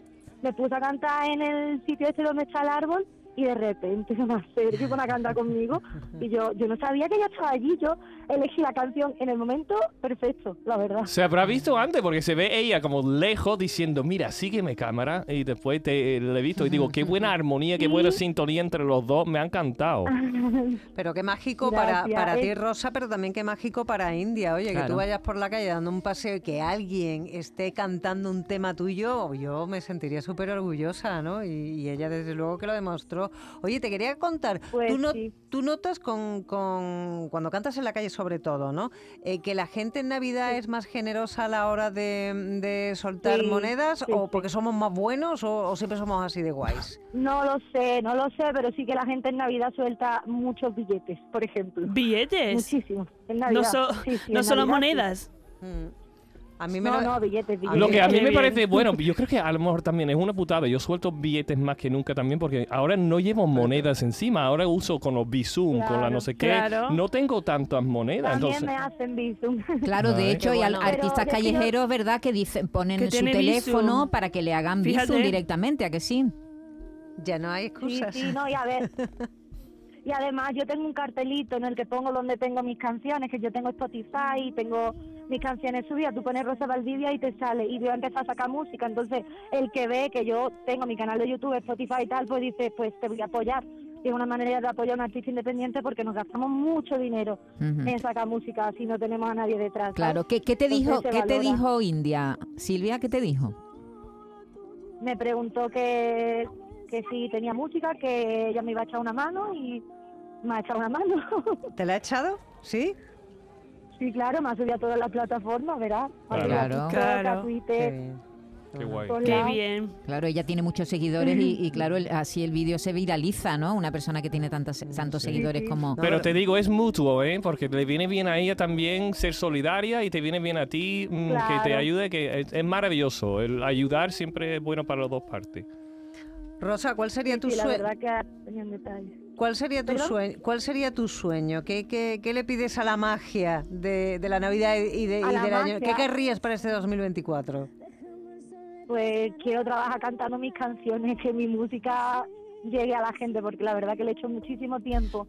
Speaker 8: me puse a cantar en el sitio este donde está el árbol y de repente se me acerca y pone a cantar conmigo y yo yo no sabía que ella estaba allí, yo elegí la canción en el momento perfecto, la verdad.
Speaker 4: Se habrá visto antes porque se ve ella como lejos diciendo, mira, sígueme cámara. Y después te, eh, le he visto y digo, qué buena armonía, qué buena sintonía entre los dos, me ha encantado.
Speaker 2: Pero qué mágico para,
Speaker 8: Gracias.
Speaker 2: para ti,
Speaker 8: Es-
Speaker 2: Rosa, pero también qué mágico para India. Oye, que
Speaker 6: Claro.
Speaker 2: tú vayas por la calle dando un paseo y que alguien esté cantando un tema tuyo, yo me sentiría súper orgullosa, ¿no? Y, y ella desde luego que lo demostró. Oye, te quería contar,
Speaker 8: Pues
Speaker 2: tú, no-
Speaker 8: sí.
Speaker 2: tú notas con, con- cuando cantas en la calle sobre todo, ¿no? Eh, que la gente en Navidad es más generosa a la hora de, de soltar
Speaker 8: Sí,
Speaker 2: monedas
Speaker 8: sí,
Speaker 2: o
Speaker 8: sí.
Speaker 2: porque somos más buenos o, o siempre somos así de guays.
Speaker 8: No lo sé, no lo sé, pero sí que la gente en Navidad suelta muchos billetes, por ejemplo.
Speaker 3: Billetes.
Speaker 8: Muchísimos. En Navidad.
Speaker 3: No, so-
Speaker 8: Sí, sí,
Speaker 3: no
Speaker 8: en
Speaker 3: solo
Speaker 8: Navidad, sí.
Speaker 3: monedas.
Speaker 2: Mm. A mí me lo-
Speaker 8: No, no, billetes, billetes.
Speaker 4: Ah, Lo que a mí
Speaker 3: Qué
Speaker 4: me
Speaker 3: bien.
Speaker 4: parece, bueno, yo creo que a lo mejor también es una putada. Yo suelto billetes más que nunca también porque ahora no llevo monedas encima. Ahora uso con los Bizum, con la no sé qué.
Speaker 3: Claro.
Speaker 4: No tengo tantas monedas.
Speaker 8: También
Speaker 4: entonces,
Speaker 8: me hacen visum.
Speaker 6: Claro,
Speaker 4: Ay.
Speaker 6: de hecho, hay al-
Speaker 2: Qué
Speaker 8: bueno.
Speaker 6: artistas
Speaker 8: Pero yo creo-
Speaker 6: callejeros, ¿verdad?, que dicen, ponen
Speaker 3: Que
Speaker 6: en su
Speaker 3: tienen
Speaker 6: teléfono
Speaker 3: visum.
Speaker 6: para que le hagan
Speaker 3: Fíjate.
Speaker 6: visum directamente, ¿a que sí?
Speaker 2: ya no hay
Speaker 8: Sí,
Speaker 2: excusas.
Speaker 8: sí, no, y a ver. Y además yo tengo un cartelito en el que pongo donde tengo mis canciones, que yo tengo Spotify y tengo mis canciones subidas. Tú pones Rosa Valdivia y te sale. Y yo empecé a sacar música. Entonces, el que ve que yo tengo mi canal de YouTube, Spotify y tal, pues dice, pues te voy a apoyar. Y es una manera de apoyar a un artista independiente porque nos gastamos mucho dinero
Speaker 6: Ujú.
Speaker 8: en sacar música si no tenemos a nadie detrás. ¿sabes?
Speaker 6: Claro. ¿Qué, qué te
Speaker 8: Entonces
Speaker 6: dijo,
Speaker 8: se
Speaker 6: qué te
Speaker 8: valora.
Speaker 6: dijo India? Silvia, ¿qué te dijo?
Speaker 8: Me preguntó que, que si tenía música, que ella me iba a echar una mano y me ha echado una mano.
Speaker 2: ¿Te la ha echado? ¿Sí?
Speaker 8: Sí, claro, me ha subido a todas las plataformas, ¿verdad? A
Speaker 4: Claro.
Speaker 6: Claro.
Speaker 8: TikTok, a
Speaker 3: Claro.
Speaker 2: Qué
Speaker 8: Twitter,
Speaker 2: bien.
Speaker 4: qué guay.
Speaker 8: por
Speaker 3: Qué
Speaker 8: lado.
Speaker 3: bien.
Speaker 6: Claro, ella tiene muchos seguidores y, y claro, el- así el vídeo se viraliza, ¿no? Una persona que tiene tantas, tantos seguidores como...
Speaker 4: Pero te digo, es mutuo, ¿eh? Porque le viene bien a ella también ser solidaria y te viene bien a ti mm, que te
Speaker 8: Claro.
Speaker 4: ayude, que es, es maravilloso. El ayudar siempre es bueno para las dos partes.
Speaker 2: Rosa, ¿cuál sería tu
Speaker 8: Sí, la
Speaker 2: sueño?
Speaker 8: verdad que ha tenido un detalle.
Speaker 2: ¿Cuál sería tu
Speaker 8: ¿Perdón?
Speaker 2: sueño? ¿Cuál sería tu sueño? ¿Qué, qué, qué le pides a la magia de, de la Navidad y, de-
Speaker 8: A
Speaker 2: y
Speaker 8: la
Speaker 2: del año? ¿Qué
Speaker 8: magia.
Speaker 2: querrías para este 2024?
Speaker 8: Pues quiero trabajar cantando mis canciones, que mi música llegue a la gente, porque la verdad que le he hecho muchísimo tiempo.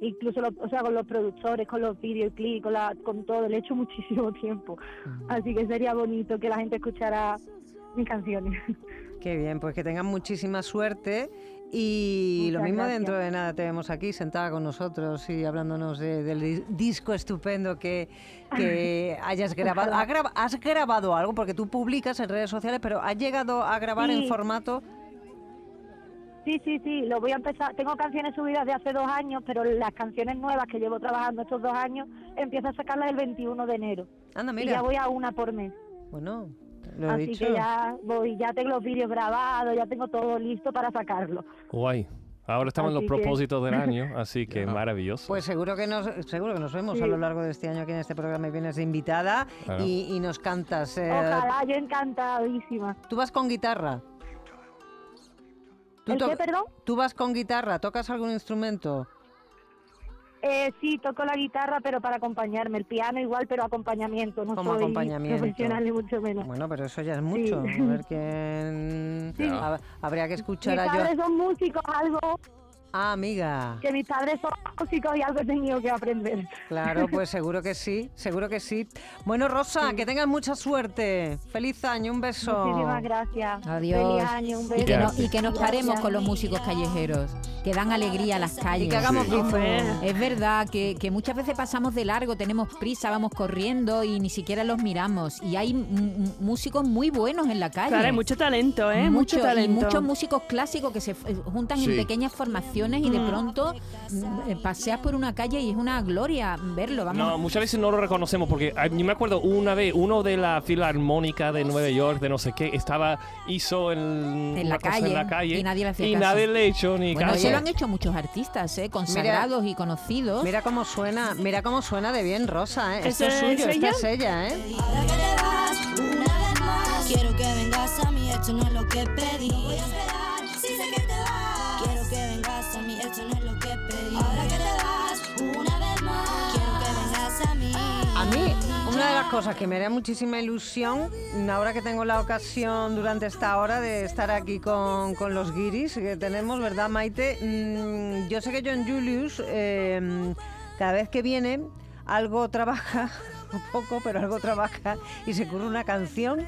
Speaker 8: Incluso, lo- o sea, con los productores, con los videoclips, con, la- con todo, le he hecho muchísimo tiempo. Así que sería bonito que la gente escuchara mis canciones.
Speaker 2: Qué bien, pues que tengas muchísima suerte y lo
Speaker 8: Muchas
Speaker 2: mismo
Speaker 8: gracias.
Speaker 2: dentro de nada te vemos aquí sentada con nosotros y hablándonos de- del dis- disco estupendo que, que hayas grabado. ¿Ha graba- ¿Has grabado algo? Porque tú publicas en redes sociales, pero ¿has llegado a grabar en
Speaker 8: Sí.
Speaker 2: formato?
Speaker 8: Sí, sí, sí, lo voy a empezar. Tengo canciones subidas de hace dos años, pero las canciones nuevas que llevo trabajando estos dos años, empiezo a sacarlas el 21 de enero.
Speaker 2: Anda,
Speaker 8: Y ya
Speaker 2: mira.
Speaker 8: voy a una por mes.
Speaker 2: Bueno, lo he
Speaker 8: Así
Speaker 2: dicho.
Speaker 8: que ya voy, ya tengo los vídeos grabados, ya tengo todo listo para sacarlo.
Speaker 4: Guay. Ahora estamos en los
Speaker 8: Así que-
Speaker 4: propósitos del año, así que maravilloso.
Speaker 2: Pues seguro que nos seguro que nos vemos a
Speaker 8: Sí.
Speaker 2: lo largo de este año aquí en este programa y vienes de invitada
Speaker 4: Claro.
Speaker 2: y, y nos cantas. eh,
Speaker 8: Ojalá, yo encantadísima.
Speaker 2: tú vas con guitarra. ¿Tú,
Speaker 8: ¿El
Speaker 2: to-
Speaker 8: qué, perdón?
Speaker 2: tú vas con guitarra, tocas algún instrumento.
Speaker 8: Eh, sí, toco la guitarra, pero para acompañarme. El piano igual, pero acompañamiento. No
Speaker 2: Como
Speaker 8: soy
Speaker 2: acompañamiento.
Speaker 8: profesional ni mucho menos.
Speaker 2: Bueno, pero eso ya es mucho.
Speaker 8: Sí.
Speaker 2: A ver quién hab- habría que escuchar
Speaker 8: Mis
Speaker 2: a
Speaker 8: padres
Speaker 2: yo.
Speaker 8: son músicos, algo
Speaker 2: Ah, amiga.
Speaker 8: que mis padres son músicos y algo he tenido que aprender.
Speaker 2: Claro, pues seguro que sí, seguro que sí. Bueno, Rosa, que tengas mucha suerte. Feliz año, un beso.
Speaker 8: Muchísimas gracias.
Speaker 6: Adiós.
Speaker 8: Feliz año, un beso.
Speaker 6: Y que, no- y que nos
Speaker 8: Gracias.
Speaker 6: paremos con los músicos callejeros, que dan alegría a las calles.
Speaker 2: Y que hagamos
Speaker 3: Sí.
Speaker 2: bizum.
Speaker 6: Es verdad que, que muchas veces pasamos de largo, tenemos prisa, vamos corriendo y ni siquiera los miramos. Y hay m- m- músicos muy buenos en la calle.
Speaker 3: Claro, hay mucho talento, ¿eh? Mucho,
Speaker 6: Mucho- y
Speaker 3: talento.
Speaker 6: muchos músicos clásicos que se f- eh, juntan
Speaker 5: Sí.
Speaker 6: en pequeñas formaciones y de pronto mm, eh, paseas por una calle y es una gloria verlo. Vamos,
Speaker 4: No, muchas veces no lo reconocemos porque ah, yo me acuerdo una vez, uno de la filarmónica de Nueva York, de no sé qué, estaba, hizo el,
Speaker 6: En la
Speaker 4: una cosa en
Speaker 6: calle,
Speaker 4: la calle
Speaker 6: y nadie le hacía
Speaker 4: y
Speaker 6: caso.
Speaker 4: nadie le echó ni
Speaker 6: Bueno,
Speaker 4: caso.
Speaker 6: eso lo han hecho muchos artistas, ¿eh? consagrados y conocidos.
Speaker 2: Mira cómo suena, mira cómo suena de bien Rosa, ¿eh? Esto es
Speaker 3: ¿Ese es
Speaker 2: suyo, esta
Speaker 3: ella?
Speaker 2: es ella, ¿eh?
Speaker 9: Ahora que te vas, una vez más. Quiero que vengas a mí, esto no es lo que pedí. No voy a esperar, si sé que te vas. Quiero que vengas a mí, esto no es lo que pedí. Ahora que te vas, una vez más. Quiero que vengas a mí.
Speaker 2: A mí, una de las cosas que me haría muchísima ilusión ahora que tengo la ocasión durante esta hora de estar aquí con, con los guiris que tenemos, ¿verdad, Maite? Mm, yo sé que John Julius eh, cada vez que viene algo trabaja, un poco, pero algo trabaja y se ocurre una canción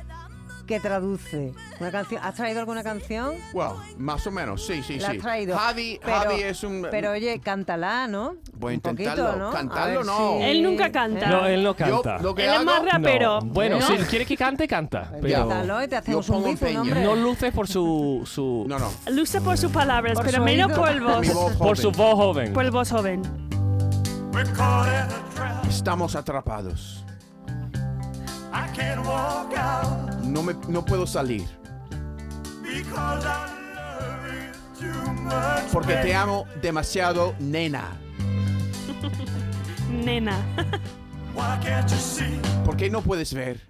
Speaker 2: que traduce. Una canción, ¿Has traído alguna canción?
Speaker 5: Well, más o menos, sí, sí,
Speaker 2: la
Speaker 5: sí.
Speaker 2: has traído.
Speaker 5: Javi,
Speaker 2: Pero-
Speaker 5: Javi es un...
Speaker 2: Pero oye, cántala, ¿no?
Speaker 5: Voy a
Speaker 2: Un poquito,
Speaker 5: intentarlo.
Speaker 2: ¿no?
Speaker 5: Cantarlo,
Speaker 2: A ver
Speaker 5: no.
Speaker 2: si-
Speaker 3: Él nunca canta.
Speaker 4: No, él no
Speaker 5: yo
Speaker 4: canta.
Speaker 5: lo que
Speaker 3: Él es
Speaker 5: hago...
Speaker 3: más
Speaker 4: No.
Speaker 3: rapero.
Speaker 4: Bueno,
Speaker 2: No.
Speaker 4: si quiere que cante, canta. Pero
Speaker 2: Cántalo y te hacemos
Speaker 5: Yo
Speaker 2: un
Speaker 5: pongo
Speaker 2: bife,
Speaker 5: empeño.
Speaker 2: hombre.
Speaker 4: no luces por su, su
Speaker 5: No, no.
Speaker 3: Luce por sus palabras,
Speaker 2: Por
Speaker 3: pero
Speaker 2: su
Speaker 3: menos
Speaker 2: oído.
Speaker 3: por el
Speaker 5: Mi
Speaker 3: voz.
Speaker 5: voz
Speaker 4: por su
Speaker 5: joven.
Speaker 4: voz joven.
Speaker 3: Por el voz joven.
Speaker 5: Estamos atrapados. No, me, no puedo salir. Porque te amo demasiado, nena.
Speaker 3: Nena.
Speaker 5: ¿Por qué no puedes ver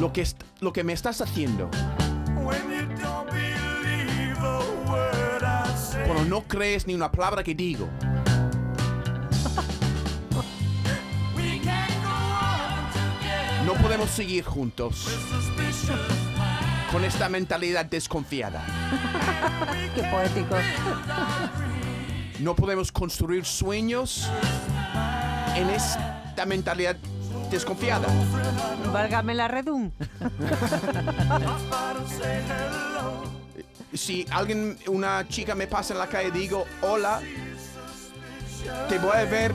Speaker 5: lo que, est- lo que me estás haciendo? Cuando no crees ni una palabra que digo. No podemos seguir juntos con esta mentalidad desconfiada.
Speaker 2: Qué poético.
Speaker 5: No podemos construir sueños en esta mentalidad desconfiada.
Speaker 2: Válgame la redum.
Speaker 5: Si alguien, una chica me pasa en la calle y digo, hola, te voy a ver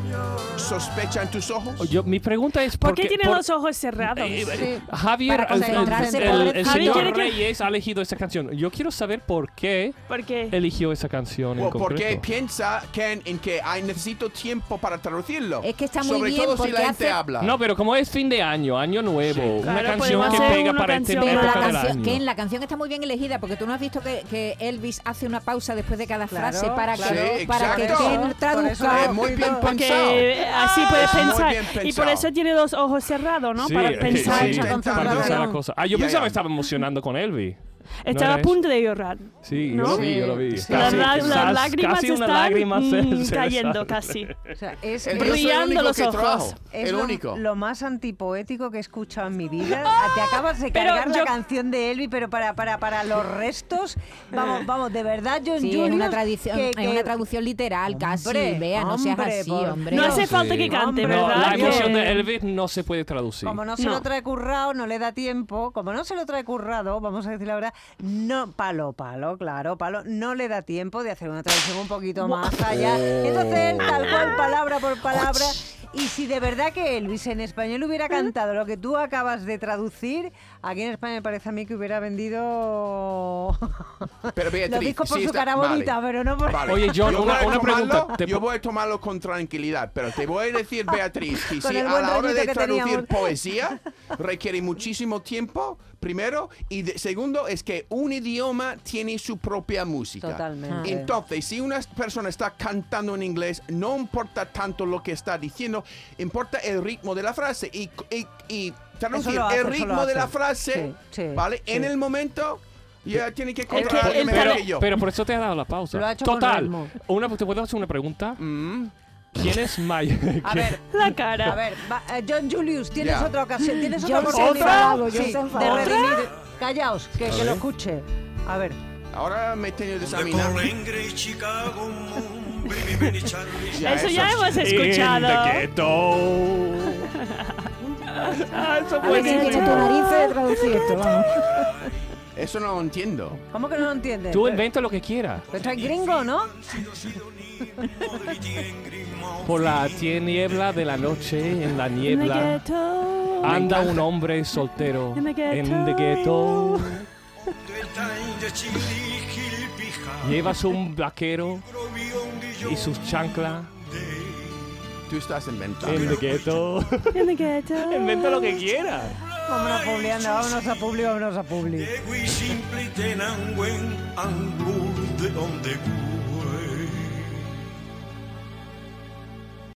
Speaker 5: sospecha en tus ojos.
Speaker 4: Yo- mi pregunta es:
Speaker 3: ¿Por,
Speaker 4: ¿por
Speaker 3: qué tiene
Speaker 4: por-
Speaker 3: los ojos cerrados?
Speaker 4: Eh, eh,
Speaker 2: Sí.
Speaker 4: Javier,
Speaker 2: Para
Speaker 4: el- el-
Speaker 2: concentrarse,
Speaker 4: el,
Speaker 2: pobre
Speaker 4: el
Speaker 3: Javi.
Speaker 4: señor
Speaker 3: ¿Quiere que-
Speaker 4: Reyes ha elegido esa canción. Yo quiero saber por qué
Speaker 3: ¿Por qué?
Speaker 4: eligió esa canción en
Speaker 5: O porque
Speaker 4: concreto.
Speaker 5: piensa que en, en que ay, necesito tiempo para traducirlo.
Speaker 6: Es que está muy
Speaker 5: Sobre
Speaker 6: bien,
Speaker 5: todo si
Speaker 6: porque
Speaker 5: la gente
Speaker 6: hace-
Speaker 5: habla.
Speaker 4: No, pero como es fin de año, año nuevo, una
Speaker 3: Claro,
Speaker 4: canción
Speaker 3: podemos
Speaker 4: que
Speaker 3: hacer
Speaker 4: pega
Speaker 3: una
Speaker 4: para este
Speaker 3: canción.
Speaker 6: Pero
Speaker 4: época
Speaker 6: la
Speaker 3: Época
Speaker 4: del
Speaker 6: canción,
Speaker 4: año.
Speaker 6: que en la canción está muy bien elegida, porque tú no has visto que, que Elvis hace una pausa después de cada
Speaker 2: Claro,
Speaker 6: frase para
Speaker 5: claro.
Speaker 6: que,
Speaker 5: Sí,
Speaker 6: para que
Speaker 5: exacto.
Speaker 6: te traduzca.
Speaker 5: Es muy bien
Speaker 3: Porque
Speaker 5: pensado.
Speaker 3: eh, así
Speaker 4: Ah,
Speaker 3: puede
Speaker 5: Es muy
Speaker 3: pensar.
Speaker 5: bien
Speaker 3: Y por
Speaker 5: pensado.
Speaker 3: eso tiene los ojos cerrados, ¿no?
Speaker 4: Sí,
Speaker 3: Para
Speaker 4: es que
Speaker 3: pensar.
Speaker 4: sí,
Speaker 6: esa
Speaker 4: para
Speaker 5: concentración.
Speaker 4: pensar la cosa. Ah, yo
Speaker 5: Ya,
Speaker 4: pensaba
Speaker 5: ya.
Speaker 4: que estaba emocionando con Elvis.
Speaker 3: Estaba
Speaker 4: era
Speaker 3: a punto de llorar.
Speaker 4: Sí,
Speaker 3: ¿No?
Speaker 4: yo lo vi, yo lo vi.
Speaker 2: Sí.
Speaker 3: Las,
Speaker 4: Casi-
Speaker 3: la-
Speaker 4: quizás-
Speaker 3: las lágrimas
Speaker 4: casi una
Speaker 3: están
Speaker 4: lágrima se-
Speaker 3: mm,
Speaker 4: se le
Speaker 3: cayendo
Speaker 4: sale.
Speaker 3: casi.
Speaker 2: O sea, es,
Speaker 5: El-
Speaker 2: es-
Speaker 5: yo soy el
Speaker 3: brillando
Speaker 5: único
Speaker 3: los
Speaker 5: que
Speaker 3: ojos.
Speaker 5: trabajo,
Speaker 2: es
Speaker 5: el
Speaker 2: lo,
Speaker 5: único.
Speaker 2: lo más antipoético que he escuchado en mi vida. Ah, Te acabas de
Speaker 3: Pero
Speaker 2: cargar la
Speaker 3: yo-
Speaker 2: canción de Elvis, pero para, para, para los restos,
Speaker 3: Ah.
Speaker 2: vamos, vamos, de verdad, John
Speaker 6: Sí, es
Speaker 2: Julius,
Speaker 6: una, tradición,
Speaker 2: que-
Speaker 6: es
Speaker 2: que-
Speaker 6: una traducción literal, casi.
Speaker 2: Hombre,
Speaker 6: Vea, no seas
Speaker 2: hombre,
Speaker 6: así,
Speaker 2: por
Speaker 6: hombre.
Speaker 3: No
Speaker 2: Dios.
Speaker 3: hace falta que
Speaker 4: Sí.
Speaker 3: cante,
Speaker 2: Hombre,
Speaker 4: No,
Speaker 3: ¿verdad?
Speaker 4: la
Speaker 2: Que-
Speaker 4: emoción de Elvis no se puede traducir.
Speaker 2: Como no se
Speaker 3: No.
Speaker 2: lo trae currado, no le da tiempo. Como no se lo trae currado, vamos a decir la verdad, no, palo, palo, claro, palo, no le da tiempo de hacer una traducción un poquito más allá. Entonces, él, tal cual, palabra por palabra. Y si de verdad que Elvis en español hubiera cantado lo que tú acabas de traducir, aquí en España me parece a mí que hubiera vendido
Speaker 5: Pero Beatriz,
Speaker 2: los discos por
Speaker 5: sí
Speaker 2: su
Speaker 5: está-
Speaker 2: cara
Speaker 5: vale.
Speaker 2: bonita, pero no por...
Speaker 5: Vale.
Speaker 4: Oye, John,
Speaker 5: Yo
Speaker 4: una-
Speaker 5: voy a
Speaker 4: una pregunta.
Speaker 5: tomarlo-
Speaker 4: Te
Speaker 5: Yo
Speaker 4: po-
Speaker 5: voy a tomarlo con tranquilidad, pero te voy a decir, Beatriz, que
Speaker 2: Con
Speaker 5: si
Speaker 2: el
Speaker 5: a
Speaker 2: buen
Speaker 5: la hora
Speaker 2: rollito
Speaker 5: de
Speaker 2: que
Speaker 5: traducir
Speaker 2: teníamos.
Speaker 5: poesía requiere muchísimo tiempo, primero, y de- segundo es que un idioma tiene su propia música.
Speaker 2: Totalmente.
Speaker 5: Entonces, si una persona está cantando en inglés, no importa tanto lo que está diciendo, importa el ritmo de la frase y, y, y traducir
Speaker 2: lo hace,
Speaker 5: el
Speaker 2: eso lo
Speaker 5: ritmo de
Speaker 2: hace.
Speaker 5: la frase,
Speaker 2: Sí, sí,
Speaker 5: ¿vale?
Speaker 2: sí.
Speaker 5: En el momento... Ya tiene que
Speaker 3: que
Speaker 5: controlar
Speaker 3: él
Speaker 5: mejor
Speaker 4: pero,
Speaker 5: que yo.
Speaker 4: pero por eso te ha dado la pausa.
Speaker 2: Lo ha hecho con
Speaker 4: Total.
Speaker 2: ritmo.
Speaker 4: Una, ¿Te puedo hacer una pregunta?
Speaker 5: Mm.
Speaker 4: ¿Quién es mayor?
Speaker 2: A ver,
Speaker 3: La
Speaker 2: A
Speaker 3: cara.
Speaker 2: ver, va- eh, John Julius, tienes
Speaker 5: Ya.
Speaker 2: otra ocasión, tienes otra
Speaker 6: John se ha
Speaker 2: oportunidad
Speaker 6: enfadado, John
Speaker 2: sí,
Speaker 6: se ha
Speaker 2: de
Speaker 6: enfadado.
Speaker 2: redimir. Callaos, que, que lo escuche. A ver,
Speaker 5: Ahora me he tenido que examinar. Ya,
Speaker 3: Eso ya hemos escuchado.
Speaker 4: ah, eso
Speaker 6: A ver si
Speaker 4: buenísimo.
Speaker 6: tienes tu nariz de traducir esto, vamos.
Speaker 5: Eso no lo entiendo.
Speaker 2: ¿cómo que no lo entiendes?
Speaker 4: Tú inventa lo que quieras.
Speaker 2: Pero es gringo, ¿no?
Speaker 4: Por la tie- niebla de la noche, en la
Speaker 3: In the
Speaker 4: niebla,
Speaker 3: ghetto.
Speaker 4: anda un hombre soltero
Speaker 3: In the ghetto.
Speaker 4: en the ghetto. Llevas un vaquero y sus chanclas
Speaker 5: Tú estás inventando.
Speaker 4: en the ghetto.
Speaker 3: In the ghetto.
Speaker 4: Inventa lo que quieras.
Speaker 2: Vámonos a Publi, anda, vámonos a Publi, vámonos a Publi.
Speaker 10: Llego y simple y tenangüen, anglur de donde gu.